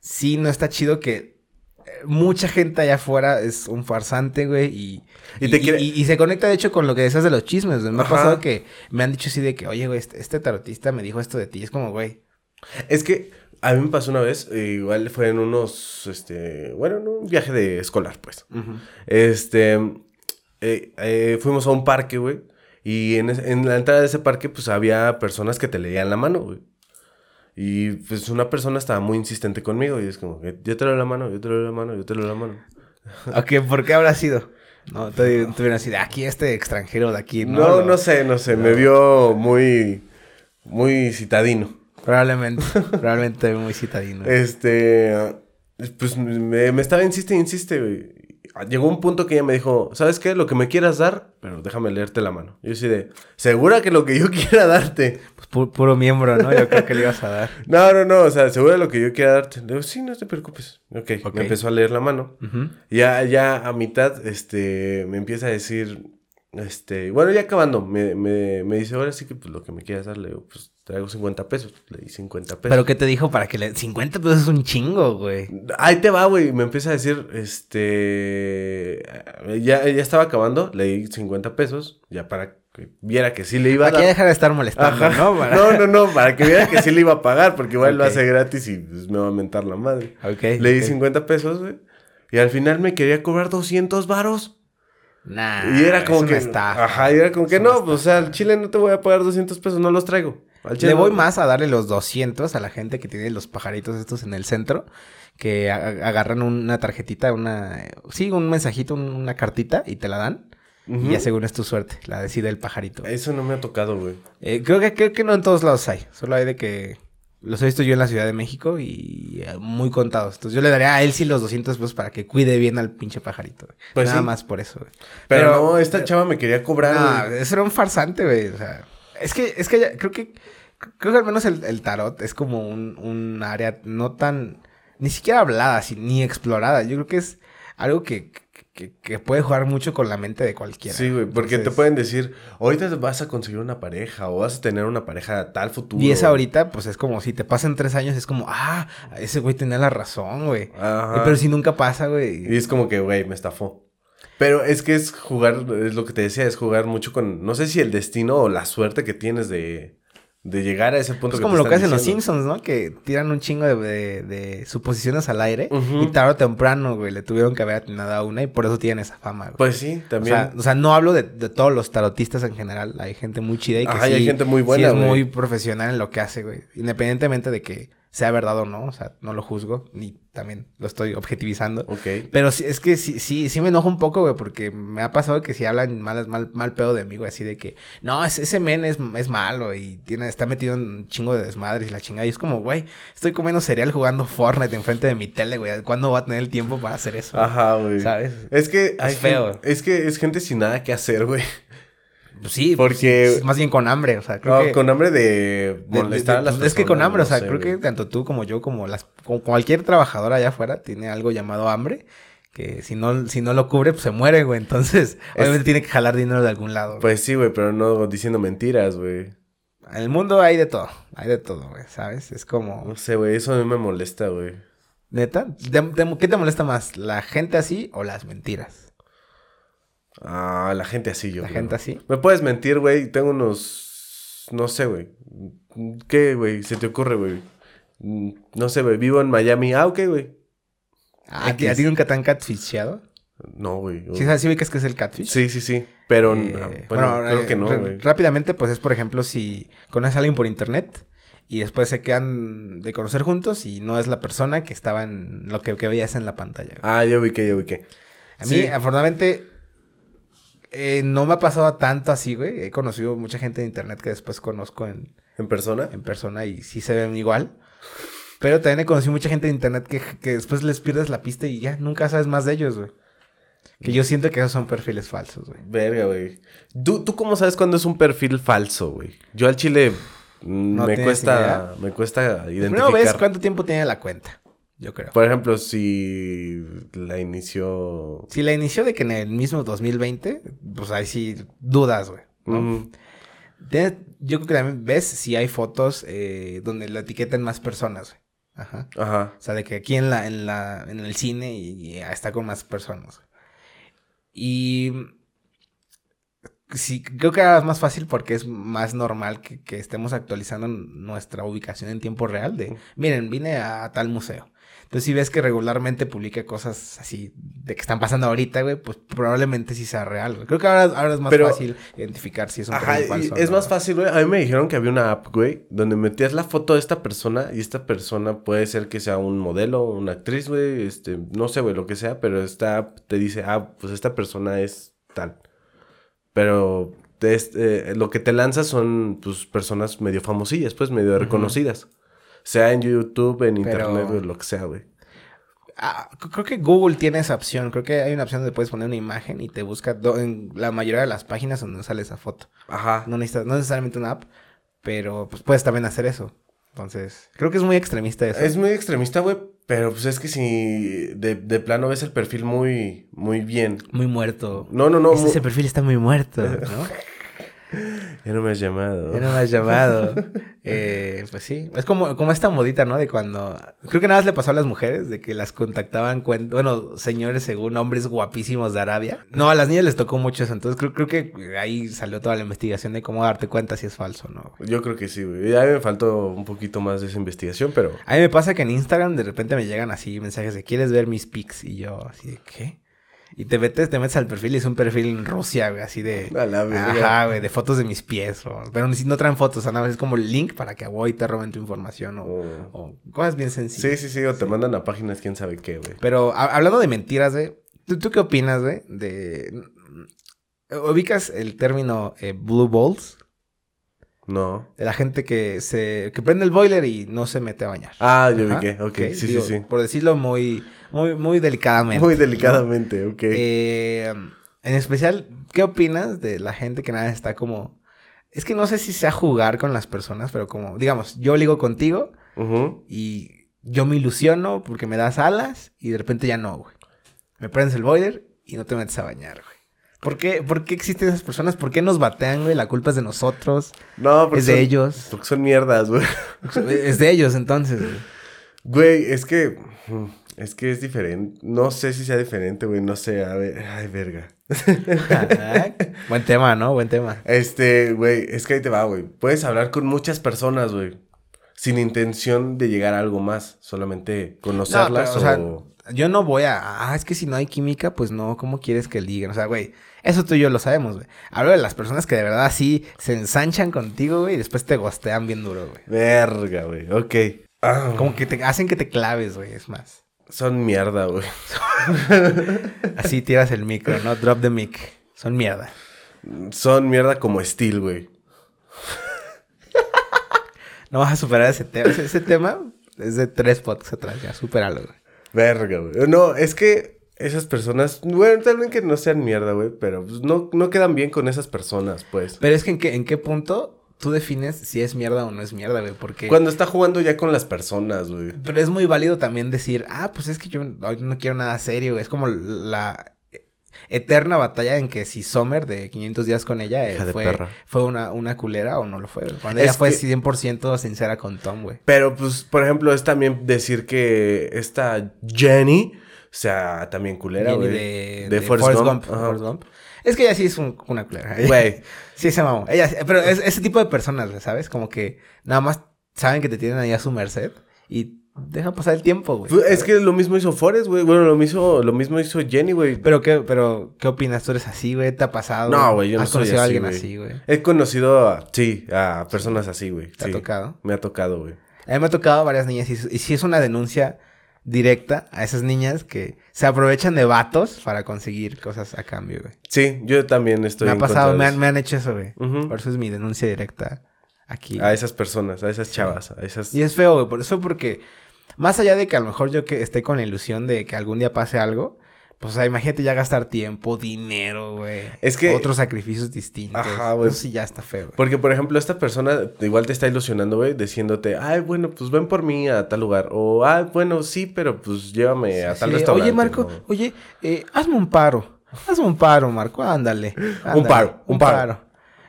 sí no está chido que eh, mucha gente allá afuera es un farsante, güey, y,
Y te quiere-
y- y se conecta, de hecho, con lo que decías de los chismes. güey. Me ha
Ajá.
pasado que me han dicho así de que, oye, güey, este, este tarotista me dijo esto de ti. Es como, güey,
Es que a mí me pasó una vez, eh, igual fue en unos, este, bueno, en un viaje de escolar, pues. Este, eh, eh, fuimos a un parque, güey. Y en, es- en la entrada de ese parque, pues había personas que te leían la mano, güey. Y pues una persona estaba muy insistente conmigo y es como, que, yo te leo la mano, yo te leo la mano, yo te leo la mano.
ok, ¿por qué habrá sido? No, te, te hubieran así de aquí, este extranjero de aquí.
No, no,
Lo-
sé, no sé, me vio muy, muy citadino.
Probablemente, probablemente muy citadino.
Este, pues me, me estaba insiste, insiste, güey. Llegó un punto que ella me dijo, ¿sabes qué? Lo que me quieras dar, pero déjame leerte la mano. Yo así de, segura que lo que yo quiera darte.
Pues pu- puro miembro, ¿no? Yo creo que le ibas a dar.
No, no, no, o sea, segura lo que yo quiera darte. Le digo, sí, no te preocupes. Ok,
Ok.
me empezó a leer la mano. Ya, ya a mitad, este, me empieza a decir, este, bueno, ya acabando, me, me, me dice, ahora sí que pues, lo que me quieras dar, le digo, pues traigo 50 pesos. Le di 50 pesos.
Pero ¿qué te dijo para que le... 50 pesos es un chingo, güey.
Ahí te va, güey. Me empieza a decir, este. Ya, ya estaba acabando, le di 50 pesos, ya para que viera que sí le iba a
Para que ya
dar.
dejar de estar molestando,
Ajá.
¿no? Para-
No, no, no, para que viera que sí le iba a pagar, porque igual lo
Ok.
hace gratis y pues, me va a mentar la madre.
Ok.
Le di
Eh, ok.
50 pesos, güey. Y al final me quería cobrar 200 varos.
Nah,
Y era como
es
que.
una estafa.
Ajá, y era como que
Es una
no, pues, o sea, al chile no te voy a pagar 200 pesos, no los traigo. Al chile
Le voy
no.
más a darle los 200 a la gente que tiene los pajaritos estos en el centro, que a- a- agarran una tarjetita, una... Sí, un mensajito, un- una cartita y te la dan.
Ujú.
Y ya según es tu suerte, la decide el pajarito.
Eso no me ha tocado, güey.
Eh, creo, que, creo que no en todos lados hay. Solo hay de que los he visto yo en la Ciudad de México y eh, muy contados. Entonces yo le daría a él sí los 200 pesos para que cuide bien al pinche pajarito. güey.
Pues
Nada
sí.
más por eso. güey.
Pero, no, esta
eh,
chava me quería cobrar.
nah,
güey.
eso era un farsante, güey. O sea, es que, es que ya- creo que creo que al menos el, el tarot es como un, un área no tan ni siquiera hablada, así, ni explorada. Yo creo que es algo que, que, que puede jugar mucho con la mente de cualquiera.
Sí, güey, porque te
Entonces,
pueden decir, ahorita vas a conseguir una pareja o vas a tener una pareja a tal futuro.
Y esa ahorita, pues es como si te pasan tres años, es como, ah, ese güey tenía la razón, güey.
Ajá.
Eh, Pero si nunca pasa, güey.
Ah. Y es como que, güey, me estafó. Pero es que es jugar, es lo que te decía, es jugar mucho con, no sé si el destino o la suerte que tienes de, de llegar a ese punto.
Es
te
como lo que hacen
están
los
diciendo.
Simpsons, ¿no? Que tiran un chingo de, de- de suposiciones al aire.
Ujú.
Y tarde o temprano, güey, le tuvieron que haber atinado a una y por eso tienen esa fama, güey.
Pues sí,
o,
también.
sea, o sea, no hablo de, de todos los tarotistas en general. Hay gente muy chida y que
Ajá, y
sí-
hay gente muy
sí
buena,
es
güey.
muy profesional en lo que hace, güey. Independientemente de que sea verdad o no. O sea, no lo juzgo. Ni también lo estoy objetivizando.
ok.
Pero sí, es que sí, sí, sí me enojo un poco, güey, porque me ha pasado que si hablan mal, mal, mal pedo de mí, güey, así de que, no, es- ese men es, es malo y tiene, está metido en un chingo de desmadres y la chingada. Y es como, güey, estoy comiendo cereal jugando Fortnite enfrente de mi tele, güey. ¿Cuándo voy a tener el tiempo para hacer eso?
Ajá, güey.
¿Sabes?
Es que hay gen-
feo.
es que es gente sin nada que hacer, güey.
Pues sí,
Porque-
pues, más bien con hambre, o sea, creo
No,
que.
con hambre de
de- de-
molestar a las
es que con
personas,
hambre, o
no
sea,
sé,
creo
güey.
que tanto tú como yo, como las, como cualquier trabajador allá afuera, tiene algo llamado hambre, que si no, si no lo cubre, pues se muere, güey. Entonces,
Es-
obviamente tiene que jalar dinero de algún lado. güey.
Pues sí, güey, pero no diciendo mentiras, güey. Pues
En el mundo hay de todo, hay de todo, güey, ¿sabes? Es como,
No sé, güey, eso a mí me molesta, güey.
neta, ¿Te- te- ¿qué te molesta más? ¿La gente así o las mentiras?
Ah, la gente así, yo
¿La
creo.
gente así?
Me puedes mentir, güey. Tengo unos. No sé, güey. ¿Qué, güey? ¿Se te ocurre, güey? Mm, No sé, güey. Vivo en Miami. Ah, ok, güey.
Ah, ¿A ti a ti nunca te han catfisheado?
No, güey.
¿Sí sabes, sí ubicas que es el catfish?
Sí, sí, sí. Pero.
Eh,
ah, bueno,
bueno,
creo
eh,
que no,
r-
güey.
Rápidamente, pues es por ejemplo si conoces a alguien por internet y después se quedan de conocer juntos y no es la persona que estaba en lo que, que veías en la pantalla. güey.
Ah, yo vi que, yo vi que.
a mí,
sí.
afortunadamente, eh, no me ha pasado tanto así, güey. He conocido mucha gente de internet que después conozco en,
¿En persona?
en persona y sí se ven igual. Pero también he conocido mucha gente de internet que, que después les pierdes la pista y ya nunca sabes más de ellos, güey. Que yo siento que esos son perfiles falsos, güey.
Verga, güey. ¿Tú, ¿Tú cómo sabes cuándo es un perfil falso, güey? Yo al chile. mm,
No
me
tienes
cuesta. Me cuesta
Primero
identificar.
ves cuánto tiempo tiene la cuenta, yo creo.
Por ejemplo, si la inició.
Si la inició de que en el mismo 2020, pues ahí sí dudas, güey. ¿no?
Mm,
Tienes- Yo creo que también ves si hay fotos eh, donde lo etiquetan más personas, güey. Ajá.
Ajá.
O sea, de que aquí en la, en la, en el cine y, y está con más personas. güey. Y sí, creo que ahora es más fácil porque es más normal que, que estemos actualizando nuestra ubicación en tiempo real de, miren, vine a tal museo. Entonces, si ves que regularmente publica cosas así de que están pasando ahorita, güey, pues probablemente sí sea real. güey. Creo que ahora, ahora es más
Pero-
fácil identificar si es un
Ajá,
perfil
y
falso o
es
no,
más
güey.
fácil, güey. A mí me dijeron que había una app, güey, donde metías la foto de esta persona y esta persona puede ser que sea un modelo, una actriz, güey, este, no sé, güey, lo que sea, pero esta app te dice, ah, pues esta persona es tal. Pero te- es, eh, lo que te lanza son, pues, personas medio famosillas, pues, medio reconocidas. Sea en YouTube, en
Pero-
internet, güey, lo que sea, güey.
Ah, c- creo que Google tiene esa opción. Creo que hay una opción donde puedes poner una imagen y te busca do- en la mayoría de las páginas donde sale esa foto.
Ajá.
No, necesitas, no necesariamente una app, pero pues puedes también hacer eso. Entonces, creo que es muy extremista eso.
Es muy extremista, güey, pero pues es que si de, de plano ves el perfil muy, muy bien.
muy muerto.
No, no, no.
Ese-
mu-
Ese perfil está muy muerto, ¿no?
Ya no me has llamado.
Ya no me has llamado. Eh, pues sí. Es como, como esta modita, ¿no? De cuando. Creo que nada más le pasó a las mujeres, de que las contactaban, cuen- bueno, señores, según hombres guapísimos de Arabia. No, a las niñas les tocó mucho eso. Entonces creo, creo que ahí salió toda la investigación de cómo darte cuenta si es falso o no. güey.
Yo creo que sí, güey. A mí me faltó un poquito más de esa investigación, pero...
A mí me pasa que en Instagram de repente me llegan así mensajes de ¿quieres ver mis pics? Y yo así de ¿qué? Y te metes, te metes al perfil y es un perfil en Rusia, güey, así de...
A la verga.
Ajá, güey, de fotos de mis pies. o- pero ni si no traen fotos, o sea, nada más es como el link para que a y te roben tu información o,
Oh.
o cosas bien
Sí,
sencillas.
sí, sí. O te mandan a páginas quién sabe qué, güey.
Pero ha- hablando de mentiras, güey, ¿tú, tú qué opinas, güey? De... mm, ¿Ubicas el término eh, blue balls?
No.
De la gente que se... que prende el boiler y no se mete a bañar.
Ah, yo
Ajá,
vi que. Ok, sí,
digo,
sí, sí.
Por decirlo muy, muy, muy delicadamente.
Muy
¿no?
delicadamente, ok.
Eh, en especial, ¿qué opinas de la gente que nada está como... Es que no sé si sea jugar con las personas, pero como, digamos, yo ligo contigo
Ujú.
y yo me ilusiono porque me das alas y de repente ya no, güey. Me prendes el boiler y no te metes a bañar, güey. ¿Por qué, ¿Por qué existen esas personas? ¿Por qué nos batean, güey? La culpa es de nosotros.
No, porque
es de
son-
ellos.
Porque son mierdas, güey.
Es de ellos, entonces, güey.
Güey, es que. mm, Es que es diferente. No sé si sea diferente, güey. No sé. A ver. Ay, verga.
Ajá. Buen tema, ¿no? Buen tema.
Este, güey, es que ahí te va, güey. Puedes hablar con muchas personas, güey. Sin intención de llegar a algo más. Solamente conocerlas
No, pero,
o...
o sea, yo no voy a. Ah, es que si no hay química, pues no, ¿cómo quieres que digan? O sea, güey, eso tú y yo lo sabemos, güey. Hablo de las personas que de verdad sí se ensanchan contigo, güey, y después te gostean bien duro, güey.
Verga, güey. Ok. Ah,
Como que te hacen que te claves, güey, es más.
Son mierda, güey.
Así tiras el micro, ¿no? Drop the mic. Son mierda.
Son mierda como Steel, güey.
No vas a superar ese tema. Ese, ese tema es de tres podcasts atrás, ya, superalo, güey.
Verga, güey. Eh, No, es que esas personas... Bueno, tal vez que no sean mierda, güey. Pero pues, no, no quedan bien con esas personas, pues.
Pero es que en qué, en qué punto tú defines si es mierda o no es mierda, güey, porque.
Cuando está jugando ya con las personas, güey.
Pero es muy válido también decir, ah, pues es que yo no no quiero nada serio. Es como la eterna batalla en que si Sommer de 500 días con ella eh,
Hija de
fue,
perra.
fue una, una culera o no lo fue. güey. Cuando
Es
ella fue
que-
100% sincera con Tom, güey.
Pero, pues, por ejemplo, es también decir que esta Jenny, o sea, también culera,
Viene
güey. De,
de, de
Forrest, Gump. ajá.
Forrest Gump. Es que ella sí es un- una culera.
Güey,
Sí, se mamó. Ella, sí- pero es, ese tipo de personas, güey, ¿sabes? Como que nada más saben que te tienen ahí a su merced y dejan pasar el tiempo, güey.
pues, es que lo mismo hizo Forrest, güey. Bueno, lo mismo, lo mismo hizo Jenny, güey.
Pero qué, pero qué opinas, tú eres así, güey, te ha pasado.
No, güey, yo no
¿Has
soy
conocido a
así,
alguien
güey.
así, güey.
He conocido a, sí, a personas así, güey.
¿Te ha
sí.
tocado?
Me ha tocado, güey.
A mí me ha tocado a varias niñas y, s- y sí es una denuncia directa a esas niñas que se aprovechan de vatos para conseguir cosas a cambio, güey.
Sí, yo también estoy.
Me ha
en contra
pasado,
de
me han,
eso.
me han hecho eso, güey.
Ujú. Ah,
Por eso es mi denuncia directa aquí.
A esas personas, a esas chavas, a esas.
Y es feo, güey, por eso porque más allá de que a lo mejor yo que esté con la ilusión de que algún día pase algo, pues o sea, imagínate ya gastar tiempo, dinero, güey.
Es que-
Otros sacrificios distintos.
Ajá, güey.
Eso sí ya está feo, güey.
Porque, por ejemplo, esta persona igual te está ilusionando, güey, diciéndote, ay, bueno, pues ven por mí a tal lugar. O, ay, bueno, sí, pero pues llévame a
Así
tal
de,
restaurante.
Oye, Marco,
¿no?"
oye, eh, hazme un paro. Hazme un paro, Marco, ándale. ándale.
paro, un paro.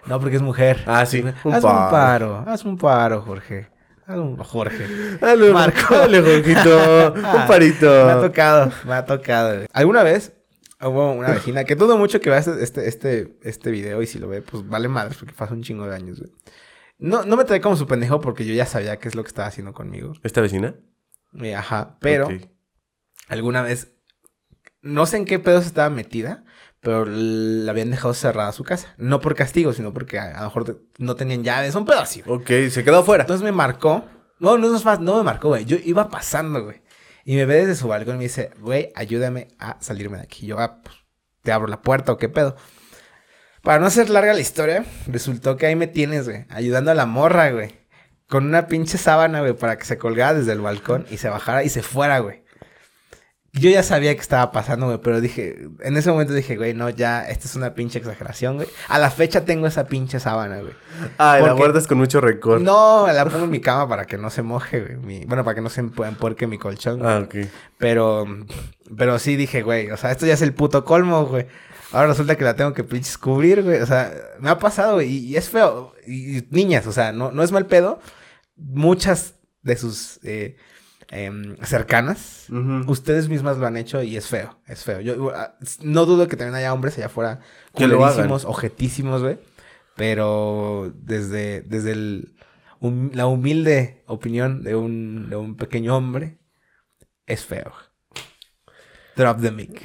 No, porque es mujer.
Ah, sí,
Hazme
un
un
paro.
paro, hazme un paro, Jorge. Hazme un Jorge.
Dale,
Marco.
Marco. Dale, Jorgito. un
Me ha
parito.
tocado, me ha tocado. güey. Alguna vez hubo una vecina que dudo mucho que vea este, este, este, este video y si lo ve, pues vale madre, porque pasa un chingo de años, güey. No, no me trae como su pendejo porque yo ya sabía qué es lo que estaba haciendo conmigo.
¿Esta vecina?
Eh, Ajá, pero...
Ok.
alguna vez, no sé en qué pedos estaba metida, pero la habían dejado cerrada su casa. No por castigo, sino porque a, a lo mejor no tenían llaves, un pedo así. güey.
Ok, se quedó afuera.
Entonces me marcó. No, no es más, no me marcó, güey. Yo iba pasando, güey. Y me ve desde su balcón y me dice, güey, ayúdame a salirme de aquí. Yo, ah, pues, te abro la puerta o qué pedo. Para no hacer larga la historia, resultó que ahí me tienes, güey, ayudando a la morra, güey. Con una pinche sábana, güey, para que se colgara desde el balcón y se bajara y se fuera, güey. Yo ya sabía que estaba pasando, güey, pero dije, en ese momento dije, güey, no, ya, esta es una pinche exageración, güey. A la fecha tengo esa pinche sábana, güey.
Ay, Ah, la
Porque-
guardas con mucho rencor.
No, la pongo en mi cama para que no se moje, güey. mi- bueno, para que no se empu- empuerque mi colchón. güey.
Ah, ok.
Pero, pero sí dije, güey, o sea, esto ya es el puto colmo, güey. Ahora resulta que la tengo que pinches cubrir, güey. O sea, me ha pasado güey, y, y es feo. Y, y niñas, o sea, no, no es mal pedo. Muchas de sus eh, em, cercanas,
Ujú.
ustedes mismas lo han hecho y es feo, es feo. Yo uh, ah, no dudo que también haya hombres allá afuera
Que lo hagan.
culerísimos, ojetísimos, güey. Pero desde, desde el, hum- la humilde opinión de un, de un pequeño hombre, es feo. Drop the mic.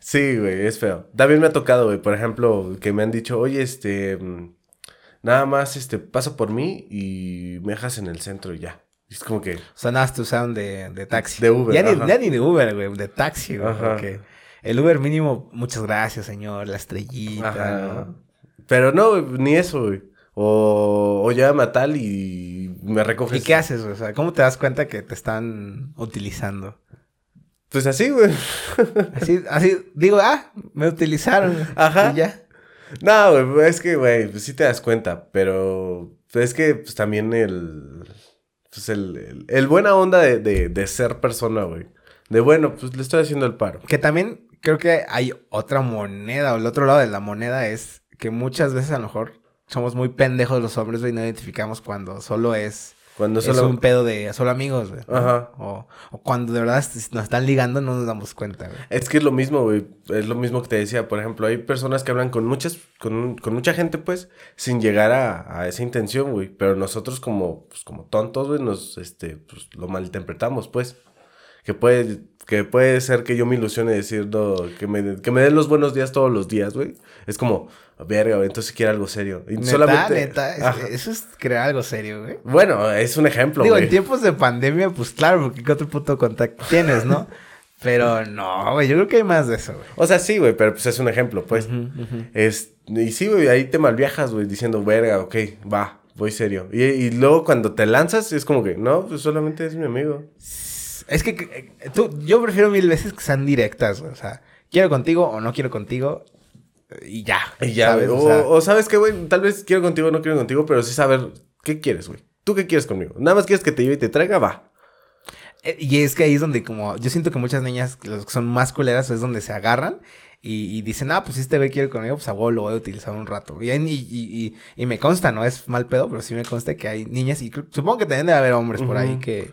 Sí, güey, es feo. También me ha tocado, güey, por ejemplo, que me han dicho, oye, este, mm, nada más, este, paso por mí y me dejas en el centro y ya. Y es como que,
Sonaste tu sound de, de taxi.
De Uber,
Ya ni,
ajá.
ya ni de Uber, güey. De taxi, güey.
Ajá.
Porque el Uber mínimo, muchas gracias, señor. La estrellita,
ajá.
¿no?
Pero no, güey, ni eso, güey. O, o llévame a tal y me recoges.
¿Y qué haces? güey? O sea, ¿cómo te das cuenta que te están utilizando?
Pues así, güey.
Así, así, digo, ah, me utilizaron.
Ajá.
Y ya.
No, güey, pues, es que, güey, pues sí te das cuenta, pero pues, es que pues, también el, pues, el, el, el buena onda de, de, de ser persona, güey. De bueno, pues le estoy haciendo el paro.
Que también creo que hay otra moneda, o el otro lado de la moneda es que muchas veces a lo mejor somos muy pendejos los hombres, güey, no identificamos cuando solo es.
Cuando
es
solo-
un pedo de solo amigos, güey.
Ajá.
O, o cuando de verdad est- nos están ligando no nos damos cuenta, güey.
Es que es lo mismo, güey. Es lo mismo que te decía. Por ejemplo, hay personas que hablan con muchas, con, con mucha gente, pues, sin llegar a, a esa intención, güey. Pero nosotros como, pues, como tontos, güey, nos, este, pues, lo malinterpretamos, pues. Que puede, que puede ser que yo me ilusione diciendo que me, que me den los buenos días todos los días, güey. Es como, verga, güey, entonces quiero algo serio. Y
Neta,
solamente...
neta, es-
Ajá.
eso es crear algo serio, güey.
Bueno, es un ejemplo,
Digo,
güey.
en tiempos de pandemia, pues claro, porque qué otro puto contacto tienes, ¿no? Pero no, güey, yo creo que hay más de eso, güey.
O sea, sí, güey, pero pues es un ejemplo, pues. Es, y sí, güey, ahí te malviajas, güey, diciendo, verga, ok, va, voy serio. Y, y luego cuando te lanzas, es como que, no, pues solamente es mi amigo.
Es que eh, tú, yo prefiero mil veces que sean directas, güey. O sea, quiero contigo o no quiero contigo eh, y ya.
Y ya,
¿sabes?
güey. oh, O,
O sea,
o sabes que, güey, tal vez quiero contigo, no quiero contigo, pero sí saber, ¿qué quieres, güey? ¿Tú qué quieres conmigo? ¿Nada más quieres que te lleve y te traiga? Va.
eh, y es que ahí es donde como, yo siento que muchas niñas, los que son más culeras, es donde se agarran y, y dicen, ah, pues si este güey quiere conmigo, pues a huevo lo voy a utilizar un rato. güey. Y, hay ni- y, y- y me consta, no es mal pedo, pero sí me consta que hay niñas y creo- supongo que también debe haber hombres por ahí
Ujú.
que,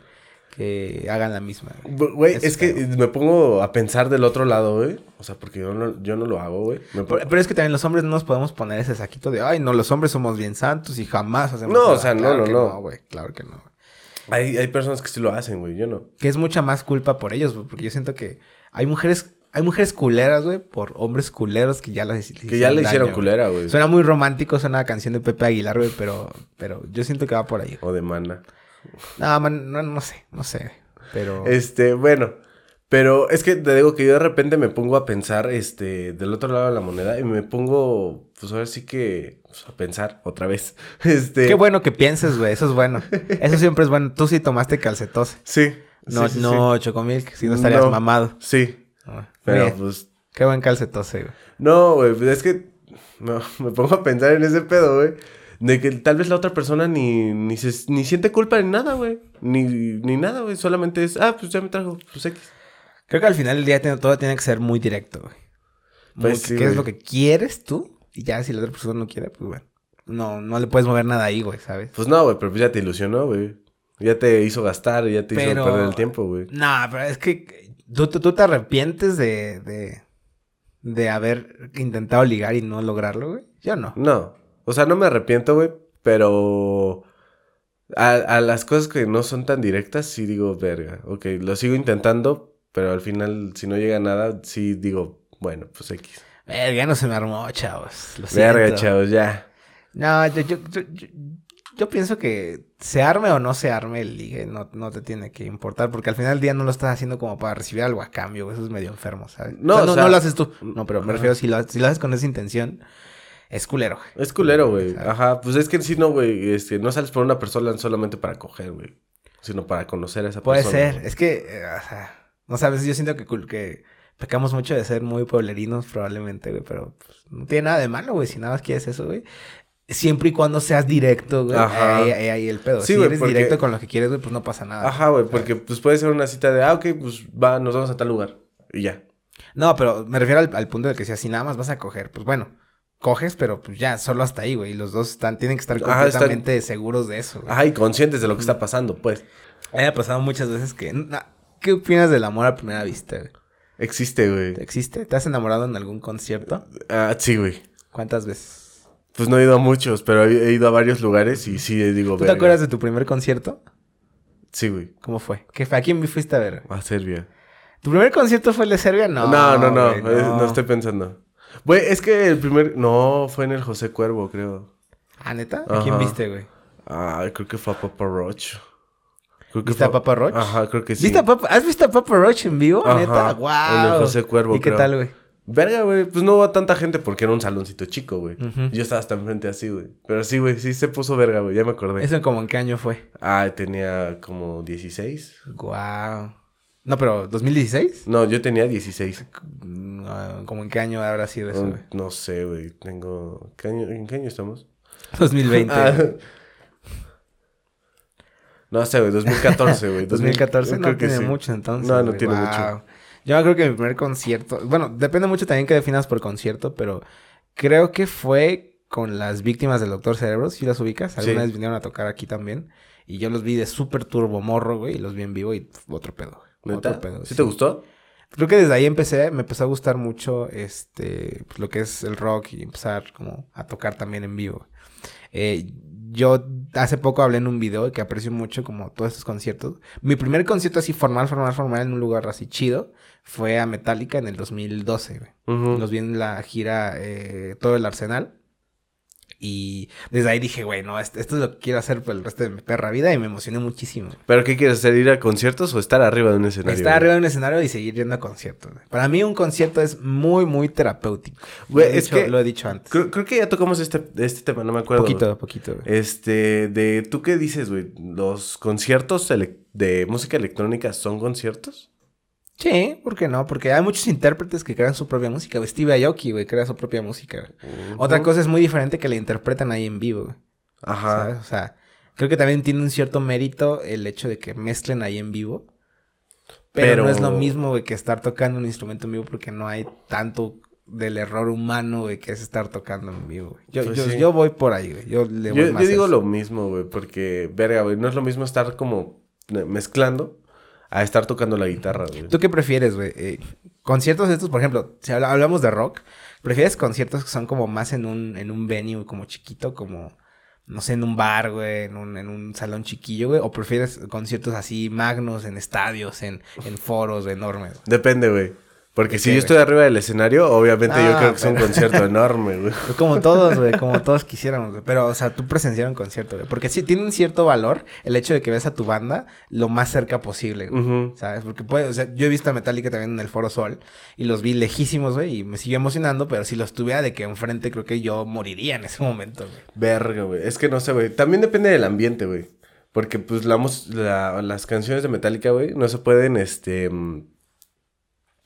que hagan la misma. güey.
Bu- Güey,
Eso
es que
creo.
me pongo a pensar del otro lado, güey. O sea, porque yo no, yo no lo hago, güey. Me pongo-
Pero, pero es que también los hombres no nos podemos poner ese saquito de, ay, no, los hombres somos bien santos y jamás hacemos
No, o
nada".
sea, no,
Claro
no,
que
no.
güey, claro que no. güey.
Hay, hay personas que sí lo hacen, güey, yo no.
Que es mucha más culpa por ellos, güey, porque yo siento que hay mujeres, hay mujeres culeras, güey, por hombres culeros que ya las
Que ya le hicieron
daño, güey.
culera, güey.
Suena muy romántico, suena a canción de Pepe Aguilar, güey, pero, pero yo siento que va por ahí. güey.
O de mana.
No, man, no, no sé, no sé, güey, pero...
Este, bueno. Pero es que te digo que yo de repente me pongo a pensar, este, del otro lado de la moneda y me pongo, pues ahora sí que, pues, a pensar otra vez. Este.
Qué bueno que pienses, güey, eso es bueno. Eso siempre es bueno. Tú sí tomaste calcetose.
Sí.
No,
sí, sí,
no, chocomilk, si no estarías
No.
mamado.
Sí, Sí,
Ah,
pero
mira.
pues.
Qué buen calcetose, güey.
No, güey, pues, es que no, me pongo a pensar en ese pedo, güey. De que tal vez la otra persona ni, ni, se- ni siente culpa ni nada, güey. Ni, ni nada, güey. Solamente es, ah, pues ya me trajo, pues X.
Creo que al final del día tiene- todo tiene que ser muy directo, güey. Muy-
Pues sí,
¿Qué es
güey.
lo que quieres tú? Y ya si la otra persona no quiere, pues bueno. No, no le puedes mover nada ahí, güey, ¿sabes?
Pues no, güey, pero pues ya te ilusionó, güey. Ya te hizo gastar, ya te
Pero-
hizo perder el tiempo, güey.
Nah, pero es que tú, tú- tú te arrepientes de, de, de haber intentado ligar y no lograrlo, güey. Yo no.
No. O sea, no me arrepiento, güey, pero a, a las cosas que no son tan directas, sí digo, verga, ok, lo sigo intentando, pero al final, si no llega a nada, sí digo, bueno, pues X.
Verga, no se me armó, chavos. Lo
Verga,
siento.
chavos, ya.
No, yo, yo, yo, yo- yo pienso que se arme o no se arme el ligue, no, no te tiene que importar, porque al final del día no lo estás haciendo como para recibir algo a cambio, güey, eso es medio enfermo, ¿sabes?
No,
O sea,
o
no,
sea,
no lo haces tú, no, pero me
ajá.
refiero, si lo, si lo haces con esa intención, es culero, güey.
Es culero, güey.
Exacto.
Ajá, pues es que si no, güey, este, no sales por una persona solamente para coger, güey, sino para conocer a esa
Puede
persona.
ser,
güey.
es que, eh, o sea, no sabes, yo siento que, cul- que pecamos mucho de ser muy pueblerinos probablemente, güey, pero pues, no tiene nada de malo, güey, si nada más quieres eso, güey. Siempre y cuando seas directo, güey.
Ajá.
Ahí, ahí- ahí el pedo.
Sí,
si
güey,
eres
porque-
directo con lo que quieres, güey, pues no pasa nada.
Ajá, güey, porque pues puede ser una cita de, ah, ok, pues va, nos vamos a tal lugar. Y ya.
No, pero me refiero al, al punto de que si así nada más vas a coger, pues bueno, coges, pero pues ya, solo hasta ahí, güey. Los dos están, tienen que estar
Ajá, están-
completamente seguros de eso, güey.
Ajá, y conscientes de lo que está pasando, pues.
A mí me ha pasado muchas veces que. na- ¿Qué opinas del amor a primera vista, güey?
Existe, güey.
¿Existe? ¿Te has enamorado en algún concierto?
Ah, sí, güey.
¿Cuántas veces?
Pues no he ido a muchos, pero he he ido a varios lugares y sí eh, digo,
¿Tú te
verga.
acuerdas de tu primer concierto?
Sí, güey.
¿Cómo fue? ¿Qué fue? ¿A quién me fuiste a ver? güey?
A Serbia.
¿Tu primer concierto fue el de Serbia? No.
No, no, no.
güey,
eh, No, estoy pensando. Güey, es que el primer. No, fue en el José Cuervo, creo.
¿Ah, neta? ¿A quién
Ajá.
viste, güey?
Ah, creo que fue a Papa Roach. Creo que
¿Viste a
fue-
Papa Roach?
Ajá, creo que sí.
¿Viste a Papa- ¿Has visto a Papa Roach en vivo?
Ajá,
¿Neta? ¡Wow!
en el José Cuervo,
¿Y qué
creo.
tal, güey?
Verga, güey. Pues no hubo tanta gente porque era un saloncito chico, güey.
Ujú.
Yo estaba hasta enfrente así, güey. Pero sí, güey, sí se puso verga, güey. Ya me acordé.
¿Eso como en qué año fue?
Ah, tenía como 16.
Wow. No, pero ¿2016?
No, yo tenía 16.
No, ¿Como Ah, en qué año habrá sido eso?
Mm,
güey?
No sé, güey. Tengo. ¿Qué año- ¿En qué año estamos?
2020.
Ah. No sé, güey. 2014, güey.
2014
creo
no
que
tiene
sí.
mucho entonces.
No, no
güey.
tiene
Guau.
mucho.
Yo creo que mi primer concierto, bueno, depende mucho también que definas por concierto, pero creo que fue con las víctimas del Doctor Cerebro, si las ubicas, alguna
Sí.
vez vinieron a tocar aquí también. Y yo los vi de súper turbo morro, güey, y los vi en vivo y pf, otro pedo. güey,
¿Neta?
Otro pedo.
¿Sí te gustó?
Creo que desde ahí empecé, me empezó a gustar mucho este, pues, lo que es el rock y empezar como a tocar también en vivo. Eh, yo hace poco hablé en un video que aprecio mucho como todos estos conciertos. Mi primer concierto así formal, formal, formal en un lugar así chido fue a Metallica en el 2012. güey.
Ujú.
Los vi en la gira eh, Todo el Arsenal. Y desde ahí dije, güey, no, este, esto, esto es lo que quiero hacer por el resto de mi perra vida y me emocioné muchísimo.
¿Pero qué quieres hacer? ¿Ir a conciertos o estar arriba de un escenario?
Estar arriba de un escenario y seguir yendo a conciertos. güey. Para mí un concierto es muy, muy terapéutico.
Güey,
lo, he
es
dicho,
que-
lo he dicho antes.
Creo, creo que ya tocamos este, este tema, no me acuerdo.
Poquito a poquito. güey.
Este, de tú qué dices, güey, los conciertos ele- de música electrónica son conciertos?
Sí, ¿por qué no? Porque hay muchos intérpretes que crean su propia música. güey. Steve Aoki, güey, crea su propia música. güey. Otra
Ujú.
cosa es muy diferente que la interpretan ahí en vivo. güey,
Ajá.
¿sabes? O sea, creo que también tiene un cierto mérito el hecho de que mezclen ahí en vivo. Pero,
Pero-
no es lo mismo, güey, que estar tocando un instrumento en vivo porque no hay tanto del error humano, güey, que es estar tocando en vivo. güey. Yo,
Pues
yo,
sí.
yo voy por ahí, güey. Yo le
Yo,
voy
yo
más a
digo
eso.
lo mismo, güey, porque, verga, güey, no es lo mismo estar como eh, mezclando a estar tocando la guitarra, güey.
¿Tú qué prefieres, güey? Eh, conciertos estos, por ejemplo, si habla- hablamos de rock, ¿prefieres conciertos que son como más en un, en un venue como chiquito, como, no sé, en un bar, güey, en un, en un salón chiquillo, güey? ¿O prefieres conciertos así magnos, en estadios, en, en foros enormes? güey?
Depende, güey. Porque
¿De
si
qué,
yo
güey?
estoy arriba del escenario, obviamente yo
Ah,
creo que es un
pero-
concierto enorme, güey.
Pues Como todos, güey, como todos quisiéramos, güey. Pero, o sea, tú presenciar un concierto, güey. Porque sí tiene un cierto valor el hecho de que veas a tu banda lo más cerca posible, güey.
Ujú.
¿Sabes? Porque puede, o sea, yo he visto a Metallica también en el Foro Sol y los vi lejísimos, güey, y me siguió emocionando, pero si los tuviera de que enfrente, creo que yo moriría en ese momento, güey.
Verga, güey. Es que no sé, güey. También depende del ambiente, güey. Porque, pues, la mus- la- las canciones de Metallica, güey, no se pueden, este... mm,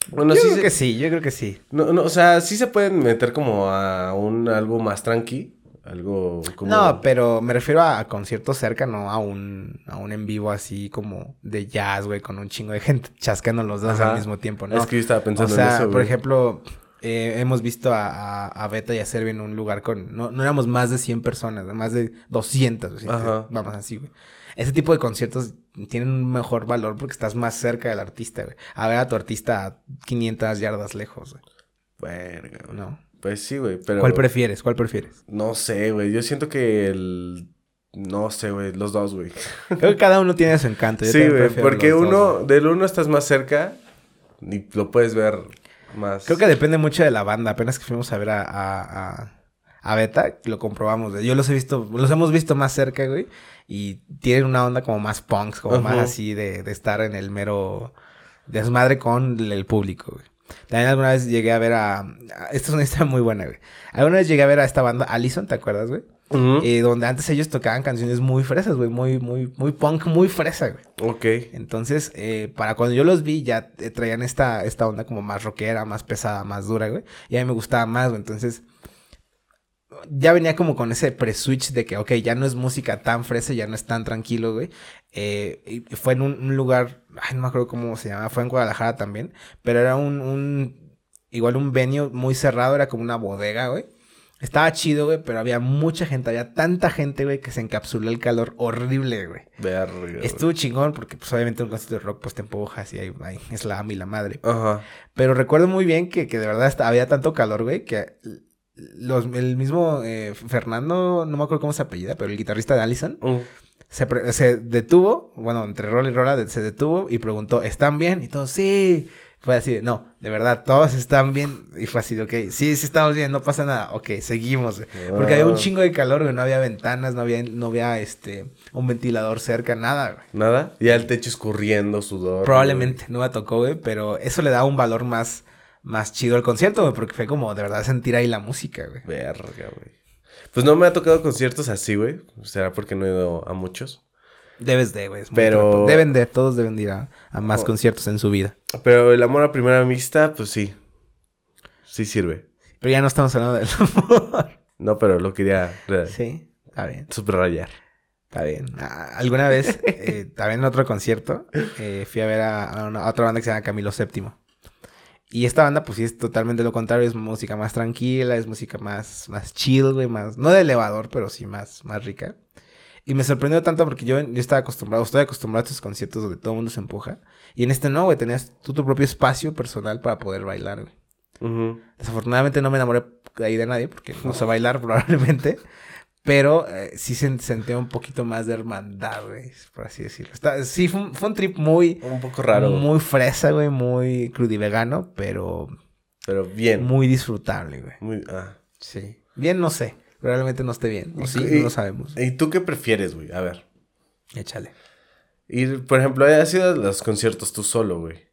Bueno,
yo
sí
creo
se-
que sí, yo creo que sí.
No, no, o sea, sí se pueden meter como a un algo más tranqui. Algo como...
No, pero me refiero a, conciertos cerca, no a un, a un en vivo así como de jazz, güey, con un chingo de gente chascando los dos
Ajá.
al mismo tiempo, ¿no?
Es que yo estaba
O
pensando en
sea,
eso,
por
güey.
ejemplo, eh, hemos visto a, a, a Beta y a Serbia en un lugar con... No, no éramos más de 100 personas, más de 200. así,
Ajá.
Vamos así, güey. Ese tipo de conciertos tienen un mejor valor porque estás más cerca del artista, güey. A ver a tu artista a 500 yardas lejos, güey.
Verga, güey.
No.
Pues sí, güey, pero...
¿Cuál prefieres? ¿Cuál prefieres?
No sé, güey. Yo siento que el... No sé, güey. Los dos, güey.
Creo que cada uno tiene su encanto. Yo
Sí,
también
güey.
prefiero
Porque
los dos,
uno...
güey.
del uno estás más cerca y lo puedes ver más...
Creo que depende mucho de la banda. Apenas que fuimos a ver a, a, a- a Beta, lo comprobamos. güey. Yo los he visto, los hemos visto más cerca, güey. Y tienen una onda como más punks, como más
Ajá.
así de, de estar en el mero desmadre con el público, güey. También alguna vez llegué a ver a... a- Esta es una historia muy buena, güey. Alguna vez llegué a ver a esta banda, Allison, ¿te acuerdas, güey?
Ujú.
Eh, donde antes ellos tocaban canciones muy fresas, güey. Muy, muy, muy punk, muy fresa, güey.
Ok.
Entonces, eh, para cuando yo los vi, ya eh, traían esta, esta onda como más rockera, más pesada, más dura, güey. Y a mí me gustaba más, güey. Entonces, ya venía como con ese pre-switch de que, ok, ya no es música tan fresa, ya no es tan tranquilo, güey. Eh, y fue en un, un lugar, ay, no me acuerdo cómo se llamaba, fue en Guadalajara también. Pero era un, un igual un venio muy cerrado, era como una bodega, güey. Estaba chido, güey, pero había mucha gente, había tanta gente, güey, que se encapsuló el calor horrible, güey.
Verga, güey.
Estuvo chingón porque pues obviamente un concierto de rock pues te empujas y ahí, ahí es la ama y la madre.
Ajá.
Pero recuerdo muy bien que, que de verdad hasta había tanto calor, güey, que l- los, el mismo eh, Fernando, no me acuerdo cómo se apellida, pero el guitarrista de Allison,
Mm.
se, pre- se detuvo, bueno, entre rola y rola de- se detuvo y preguntó, ¿están bien? Y todos, sí. Fue así, de, no, de verdad, todos están bien. Y fue así, de, ok, sí, sí estamos bien, no pasa nada. Ok, seguimos. güey. Porque había un
Ah.
chingo de calor, güey, no había ventanas, no había, no había, este, un ventilador cerca, nada, güey.
¿Nada? Ya el techo escurriendo, sudor.
Probablemente no me tocó, güey, pero eso le da un valor más, más chido al concierto, güey, porque fue como de verdad sentir ahí la música, güey.
güey. Verga, güey. Pues no me ha tocado conciertos así, güey. Será porque no he ido a muchos.
Debes de, güey. es muy
Pero-
trampa. Deben de, todos deben de ir a, a más
Oh.
conciertos en su vida.
Pero el amor a primera vista, pues sí. Sí sirve.
Pero ya no estamos hablando del amor.
No, pero lo quería re-
sí, está bien.
subrayar.
Está bien. Ah, alguna vez, eh, también en otro concierto, eh, fui a ver a, a una- a otra banda que se llama Camilo VII. Y esta banda, pues sí, es totalmente lo contrario. Es música más tranquila, es música más, más chill, güey, más... No de elevador, pero sí más, más rica. Y me sorprendió tanto porque yo, yo estaba acostumbrado, estoy acostumbrado a estos conciertos donde todo el mundo se empuja. Y en este no, güey, tenías tú tu propio espacio personal para poder bailar, güey.
Ujú.
Desafortunadamente no me enamoré de ahí de nadie porque no sé bailar probablemente. Pero eh, sí se sentía un poquito más de hermandad, güey, por así decirlo. Está- sí, fue un, fue un trip muy...
Un poco raro,
Muy fresa, güey, muy crudivegano, pero
pero bien.
muy disfrutable, güey.
Muy- ah.
Sí. Bien, no sé. Realmente no esté bien. O sí,
Y-
no lo sabemos.
¿Y tú qué prefieres, güey? A ver.
Échale.
Ir, por ejemplo, has ido a los conciertos tú solo, güey.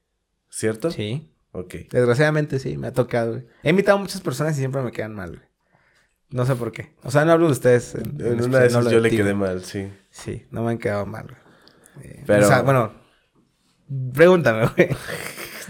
¿Cierto?
Sí.
Ok.
Desgraciadamente sí, me ha tocado, güey. He invitado a muchas personas y siempre me quedan mal, güey. No sé por qué. O sea, no hablo de ustedes. en- en
En una
especial,
de
no
esas
hablo
yo
de
le
ti,
quedé
güey.
mal, sí.
Sí, no me han quedado mal, güey. Eh,
Pero-
O sea, bueno, pregúntame, güey.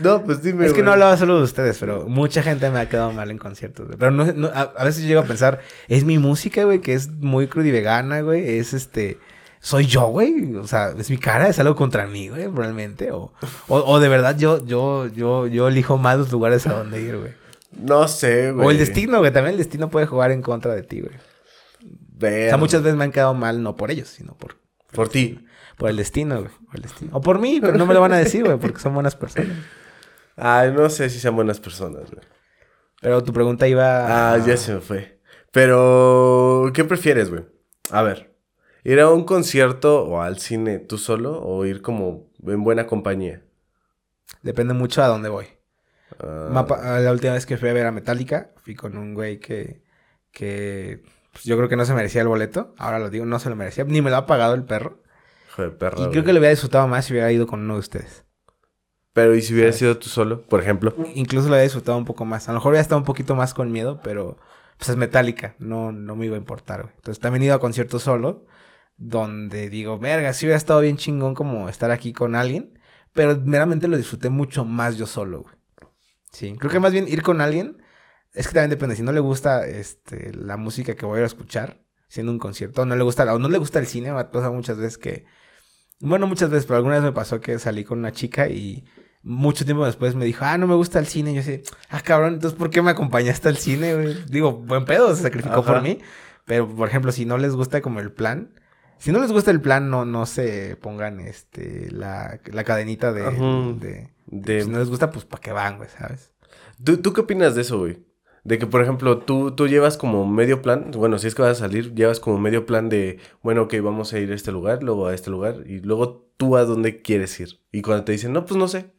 No, pues dime.
Es que
güey.
no hablaba solo de ustedes, pero mucha gente me ha quedado mal en conciertos, güey. Pero no, no- a, a veces yo llego a pensar, es mi música, güey, que es muy crudivegana, güey. Es este. Soy yo, güey. O sea, es mi cara, es algo contra mí, güey, realmente. O, o, o de verdad yo, yo, yo, yo elijo más los lugares a donde ir, güey.
No sé, güey.
O el destino, güey. También el destino puede jugar en contra de ti, güey. O
Ver.
sea, muchas veces me han quedado mal, no por ellos, sino por,
Por ti.
por el destino, güey. Por el destino. O por mí, pero no me lo van a decir, güey, porque son buenas personas.
Ay, no sé si sean buenas personas, güey.
Pero tu pregunta iba.
Ah, ya se me fue. Pero, ¿qué prefieres, güey? A ver, ¿ir a un concierto o al cine tú solo o ir como en buena compañía?
Depende mucho a dónde voy.
Ah,
Me ha pa- la última vez que fui a ver a Metallica, fui con un güey que, que pues, yo creo que no se merecía el boleto. Ahora lo digo, no se lo merecía. Ni me lo ha pagado el perro.
hijo de perra,
y creo
güey.
que lo hubiera disfrutado más si hubiera ido con uno de ustedes.
Pero, ¿y si
Ah.
hubieras sido tú solo, por ejemplo?
Incluso lo hubiera disfrutado un poco más. A lo mejor hubiera estado un poquito más con miedo, pero pues es Metallica. No, no me iba a importar, güey. Entonces también he ido a conciertos solo, donde digo, verga, si hubiera estado bien chingón como estar aquí con alguien. Pero meramente lo disfruté mucho más yo solo, güey. Sí, creo que más bien ir con alguien es que también depende. Si no le gusta este, la música que voy a ir a escuchar, siendo un concierto, o no le gusta, la- o no le gusta el cine, me ha pasado muchas veces que. Bueno, muchas veces, pero alguna vez me pasó que salí con una chica y mucho tiempo después me dijo, ah, no me gusta el cine. Y yo así, ah, cabrón, entonces, ¿por qué me acompañaste al cine, güey? Digo, buen pedo, se sacrificó
Ajá.
por mí. Pero, por ejemplo, si no les gusta como el plan, si no les gusta el plan, no, no se pongan este, la, la cadenita de-
Ajá.
de
De...
si no les gusta, pues para qué van, güey, ¿sabes?
¿Tú, tú qué opinas de eso, güey? De que, por ejemplo, tú, tú llevas como medio plan, bueno, si es que vas a salir, llevas como medio plan de, bueno, ok, vamos a ir a este lugar, luego a este lugar, y luego tú a dónde quieres ir. Y cuando te dicen, no, pues no sé.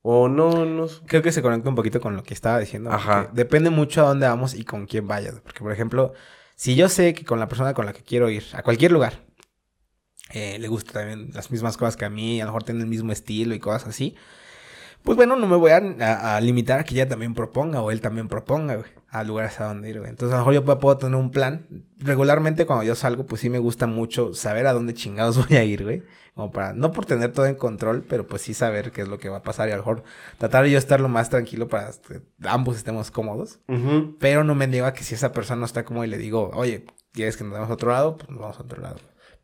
O no, no sé.
Creo que se conecta un poquito con lo que estaba diciendo. porque
Ajá.
Depende mucho a dónde vamos y con quién vayas. Porque, por ejemplo, si yo sé que con la persona con la que quiero ir, a cualquier lugar, eh, le gusta también las mismas cosas que a mí, a lo mejor tiene el mismo estilo y cosas así, pues bueno, no me voy a, a- a limitar a que ella también proponga o él también proponga, güey, a lugares a donde ir, güey. Entonces, a lo mejor yo puedo- puedo tener un plan. Regularmente, cuando yo salgo, pues sí me gusta mucho saber a dónde chingados voy a ir, güey. Como para, no por tener todo en control, pero pues sí saber qué es lo que va a pasar y a lo mejor tratar de yo estar lo más tranquilo para que ambos estemos cómodos. Pero no me niego a que si esa persona no está como y le digo, oye, ¿quieres que nos vamos a otro lado? Pues nos vamos a otro lado.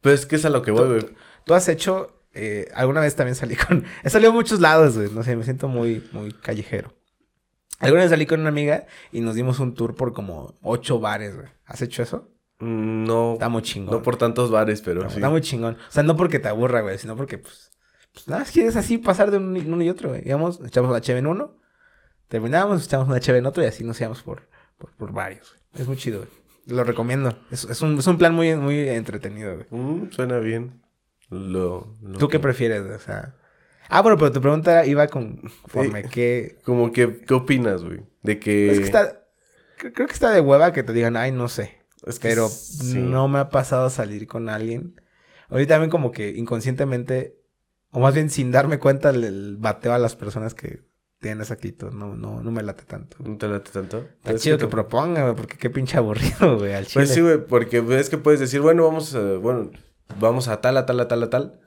Pero es que es a lo que voy, güey.
Tú has hecho, eh, alguna vez también salí con, he salido a muchos lados, güey, no sé, me siento muy, muy callejero. Alguna vez salí con una amiga y nos dimos un tour por como ocho bares, güey. ¿Has hecho eso?
Mm, No,
Está muy chingón.
no por tantos bares, pero
Está,
sí.
Pues está muy chingón. O sea, no porque te aburra, güey, sino porque, pues, pues nada, más quieres así pasar de un- uno y otro, güey. Íbamos, echamos una cheve en uno, terminábamos, echamos una cheve en otro y así nos íbamos por, por, por varios, güey. Es muy chido, güey. Lo recomiendo. Es, es un, es un plan muy, muy entretenido, güey.
Mm, suena bien. Lo, lo
¿Tú qué
que-
prefieres, güey? O sea... Ah, bueno, pero tu pregunta iba con... Conforme
Sí.
que...
Como que, ¿qué opinas, güey? De que...
Es que está... cre- Creo que está de hueva que te digan, ay, no sé.
es que
Pero
sí.
no me ha pasado a salir con alguien. Ahorita también como que inconscientemente, o más bien sin darme cuenta, el, bateo a las personas que tienen esa actitud. No, no, no me late tanto.
¿No te late tanto?
Está
Es
chido que
te-
proponga, güey, porque qué pinche aburrido, güey, al chile.
Pues sí, güey, porque es que puedes decir, bueno, vamos a, bueno, vamos a tal, a tal, a tal, a tal.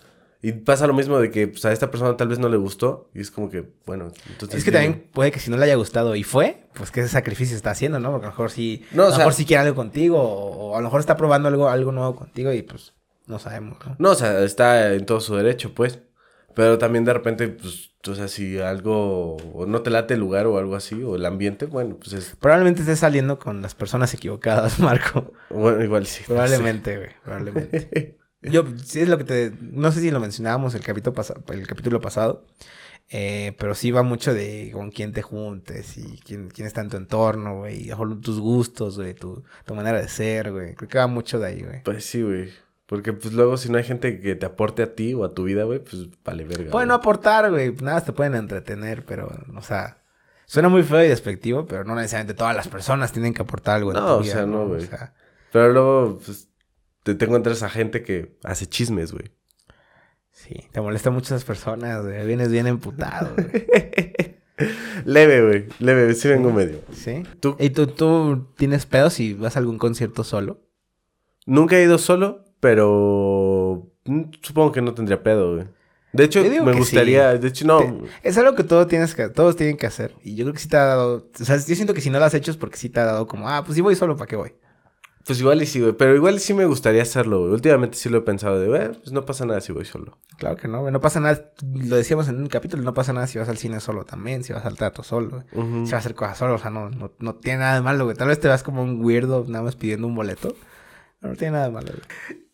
Y pasa lo mismo de que pues, a esta persona tal vez no le gustó. Y es como que, bueno, entonces.
es que
digo,
también puede que si no le haya gustado y fue, pues que ese sacrificio está haciendo, ¿no? Porque a lo mejor sí,
No, o
a lo
sea-
mejor sí quiere algo contigo, o, o a lo mejor está probando algo, algo nuevo contigo y pues no sabemos, ¿no?
No, o sea, está en todo su derecho, pues. Pero también de repente, pues, O sea, si algo o no te late el lugar o algo así, o el ambiente, bueno, pues es...
Probablemente estés saliendo con las personas equivocadas, Marco.
Bueno, igual sí. no sé.
Probablemente, güey. Probablemente. Yo, sí es lo que te. No sé si lo mencionábamos el capítulo, pasa- el capítulo pasado. eh, pero sí va mucho de con quién te juntes y quién, quién está en tu entorno, güey. y a lo mejor tus gustos, güey. Tu, tu manera de ser, güey. Creo que va mucho de ahí, güey.
Pues sí, güey. Porque pues luego si no hay gente que te aporte a ti o a tu vida, güey, pues vale verga.
Pueden no
güey.
aportar, güey. Nada, más te pueden entretener, pero, o sea. Suena muy feo y despectivo, pero no necesariamente todas las personas tienen que aportar algo. en
No,
tu
o
vida,
sea, no, güey.
O sea,
Pero luego, pues, te, te encuentras a gente que hace chismes, güey.
sí, te molestan muchas personas, güey. Vienes bien emputado, güey.
Leve, güey. Leve, sí vengo medio.
¿Sí?
¿Tú?
¿Y tú, tú tienes pedos y vas a algún concierto solo?
Nunca he ido solo, pero mm, supongo que no tendría pedo, güey. De hecho,
Yo digo
me
que
gustaría, de hecho, no.
Te- es algo que todo tienes que, todos tienen que hacer. Y yo creo que sí te ha dado. O sea, yo siento que si no lo has hecho es porque sí te ha dado como, ah, pues sí voy solo, ¿para qué voy?
Pues igual y sí, güey. Pero igual y sí me gustaría hacerlo, güey. Últimamente sí lo he pensado de, güey, pues no pasa nada si voy solo.
Claro que no, güey. No pasa nada. Lo decíamos en un capítulo, no pasa nada si vas al cine solo también, si vas al teatro solo, güey,
Ujú.
si vas a hacer cosas solo. O sea, no, no, no tiene nada de malo, güey. Tal vez te vas como un weirdo nada más pidiendo un boleto. Pero no tiene nada de malo, güey.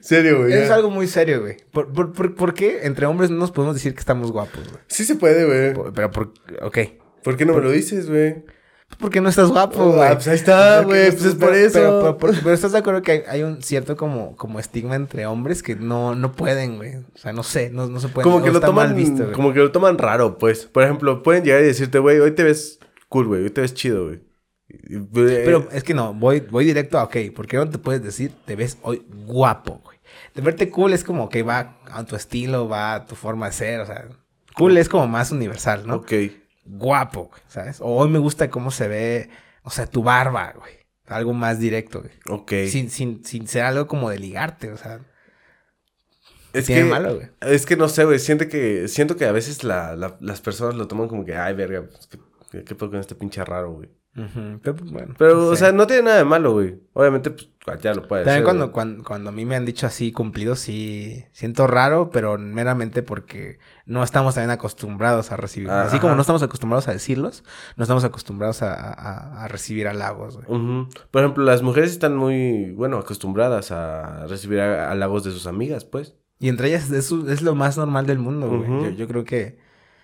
Serio, güey.
Eso es algo muy serio, güey. ¿Por, por, por- por qué entre hombres no nos podemos decir que estamos guapos, güey?
Sí se puede, güey.
Por- Pero por... Ok.
¿Por qué no me lo dices, güey?
¿Por qué no estás guapo,
Ah,
güey?
pues ahí está,
¿Por qué
güey, pues
no estás-
es por
pero-
eso.
Pero, pero- pero- pero estás de acuerdo que hay, hay un cierto como, como estigma entre hombres que no, no pueden, güey. O sea, no sé, no, no se pueden.
como
o
que lo
está
toman
mal visto, güey.
como que lo toman raro, pues. Por ejemplo, pueden llegar y decirte, güey, hoy te ves cool, güey, hoy te ves chido, güey. Y- eh, y-
Pero es que no, voy, voy directo a, ok, ¿por qué no te puedes decir te ves hoy guapo, güey? De verte cool es como que va a tu estilo, va a tu forma de ser, o sea... Cool es como más universal, ¿no?
Ok.
Guapo, güey, ¿sabes? O hoy me gusta cómo se ve, o sea, tu barba, güey. Algo más directo, güey.
Ok.
Sin, sin, sin ser algo como de ligarte, o sea...
es
tiene
que,
malo, güey.
Es que no sé, güey. Siento que, siento que a veces la- la- las personas lo toman como que, ay, verga, pues, ¿qué, qué, qué pedo con este pinche raro, güey?
Pero, pues, bueno,
Pero,
no
o
sé.
sea, no tiene nada de malo, güey. Obviamente, pues, allá lo puede
También
hacer,
cuando,
güey.
cuando, cuando a mí me han dicho así cumplido, sí siento raro, pero meramente porque no estamos también acostumbrados a recibir.
Ah,
así como
ajá.
no estamos acostumbrados a decirlos, no estamos acostumbrados a, a- a recibir halagos, güey.
Ujú. Por ejemplo, las mujeres están muy, bueno, acostumbradas a recibir a- halagos de sus amigas, pues.
Y entre ellas es, su- es lo más normal del mundo, güey.
Ujú.
yo, yo creo que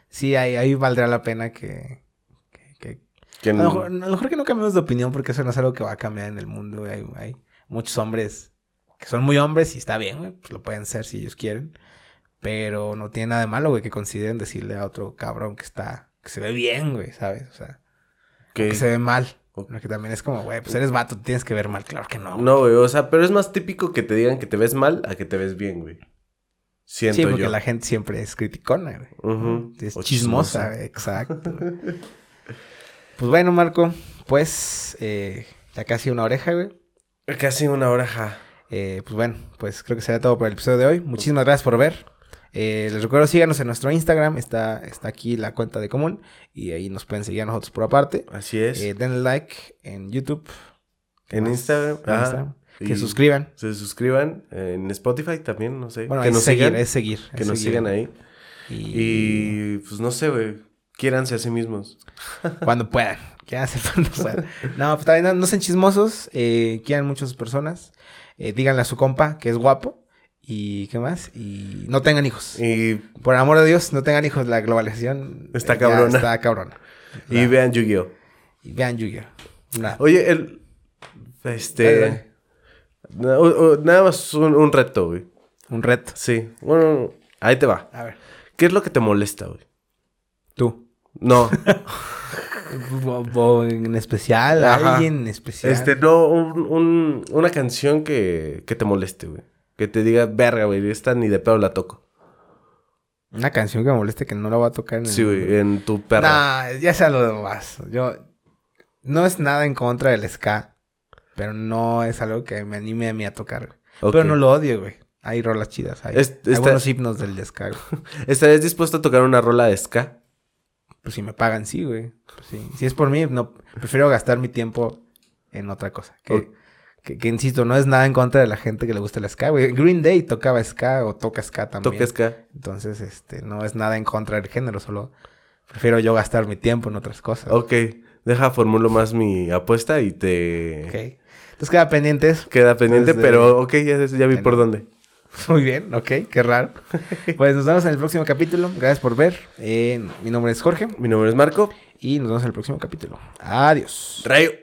sí, ahí, ahí valdrá la pena que... que- que-
Que
A,
no-
lo mejor, a lo mejor que no cambiemos de opinión porque eso no es algo que va a cambiar en el mundo, güey. Hay, hay muchos hombres que son muy hombres y está bien, güey. Pues lo pueden ser si ellos quieren. Pero no tiene nada de malo, güey, que consideren decirle a otro cabrón que está... Que se ve bien, güey, ¿sabes? O sea,
que-
que se ve mal.
Ok.
Lo que también es como, güey, pues eres vato, te tienes que ver mal. Claro que no. güey.
No, güey, o sea, pero es más típico que te digan que te ves mal a que te ves bien, güey. Siento
sí, porque
yo.
la gente siempre es criticona, güey.
Ujú.
Es
O
chismosa, güey, exacto. güey. pues bueno, Marco, pues eh, ya casi una oreja, güey.
Casi una hora, ja.
Eh, pues bueno, pues creo que será todo por el episodio de hoy. Muchísimas gracias por ver. Eh, les recuerdo, síganos en nuestro Instagram. Está, está aquí la cuenta de común. Y ahí nos pueden seguir a nosotros por aparte.
Así es.
Eh, denle like en YouTube. ¿Qué
en
más?
Instagram.
En
ajá.
Instagram. Que
Y
suscriban.
Se suscriban eh, en Spotify también, no sé.
Bueno,
que
es
nos
seguir,
sigan.
es seguir. es
que nos
seguir.
sigan ahí.
Y,
Y pues no sé, güey. Quiéranse a sí mismos.
cuando puedan. ¿Qué hacen cuando puedan? No, pues también no, no sean chismosos. Eh, quieran muchas personas. Eh, díganle a su compa que es guapo. Y qué más. Y no tengan hijos.
Y,
Por amor de Dios, no tengan hijos. La globalización eh,
Está
ya
cabrona.
Está cabrona.
y vean Yu-Gi-Oh!
Y vean Yu-Gi-Oh. Nah.
Oye, el. Este.
Dale, dale.
na- o- o- nada más un, un reto, güey.
Un reto.
Sí. Bueno, ahí te va.
A ver,
¿Qué es lo que te molesta, güey?
tú.
No.
Bo- bo- En especial,
Ajá.
alguien en especial.
Este, no, un, un- una canción que, que te moleste, güey. Que te diga, verga, güey, esta ni de pedo la toco.
Una canción que me moleste que no la voy a tocar en el-
Sí, güey, en tu perra.
Nah, ya sea lo demás. Yo. No es nada en contra del ska. Pero no es algo que me anime a mí a tocar. güey.
Ok. Este,
Pero no lo odio, güey. Hay rolas chidas. Hay,
Es-
hay
está-
buenos himnos del ska. güey.
¿Estarías dispuesto a tocar una rola de ska?
Pues si me pagan, sí, güey. Pues sí. Si es por mí, no. Prefiero gastar mi tiempo en otra cosa. Que,
Ok.
Que, que, insisto, no es nada en contra de la gente que le gusta el ska, güey. Green Day tocaba ska o toca ska también.
Toca ska.
Entonces, este, no es nada en contra del género, solo prefiero yo gastar mi tiempo en otras cosas.
Ok, deja formulo más mi apuesta y te...
Ok. Entonces queda pendientes.
Queda pendiente, Entonces, pero ok, ya, ya vi por dónde.
Muy bien, ok, qué raro. Pues nos vemos en el próximo capítulo. Gracias por ver. Eh, mi nombre es Jorge.
Mi nombre es Marco.
Y nos vemos en el próximo capítulo. Adiós.
Rayo.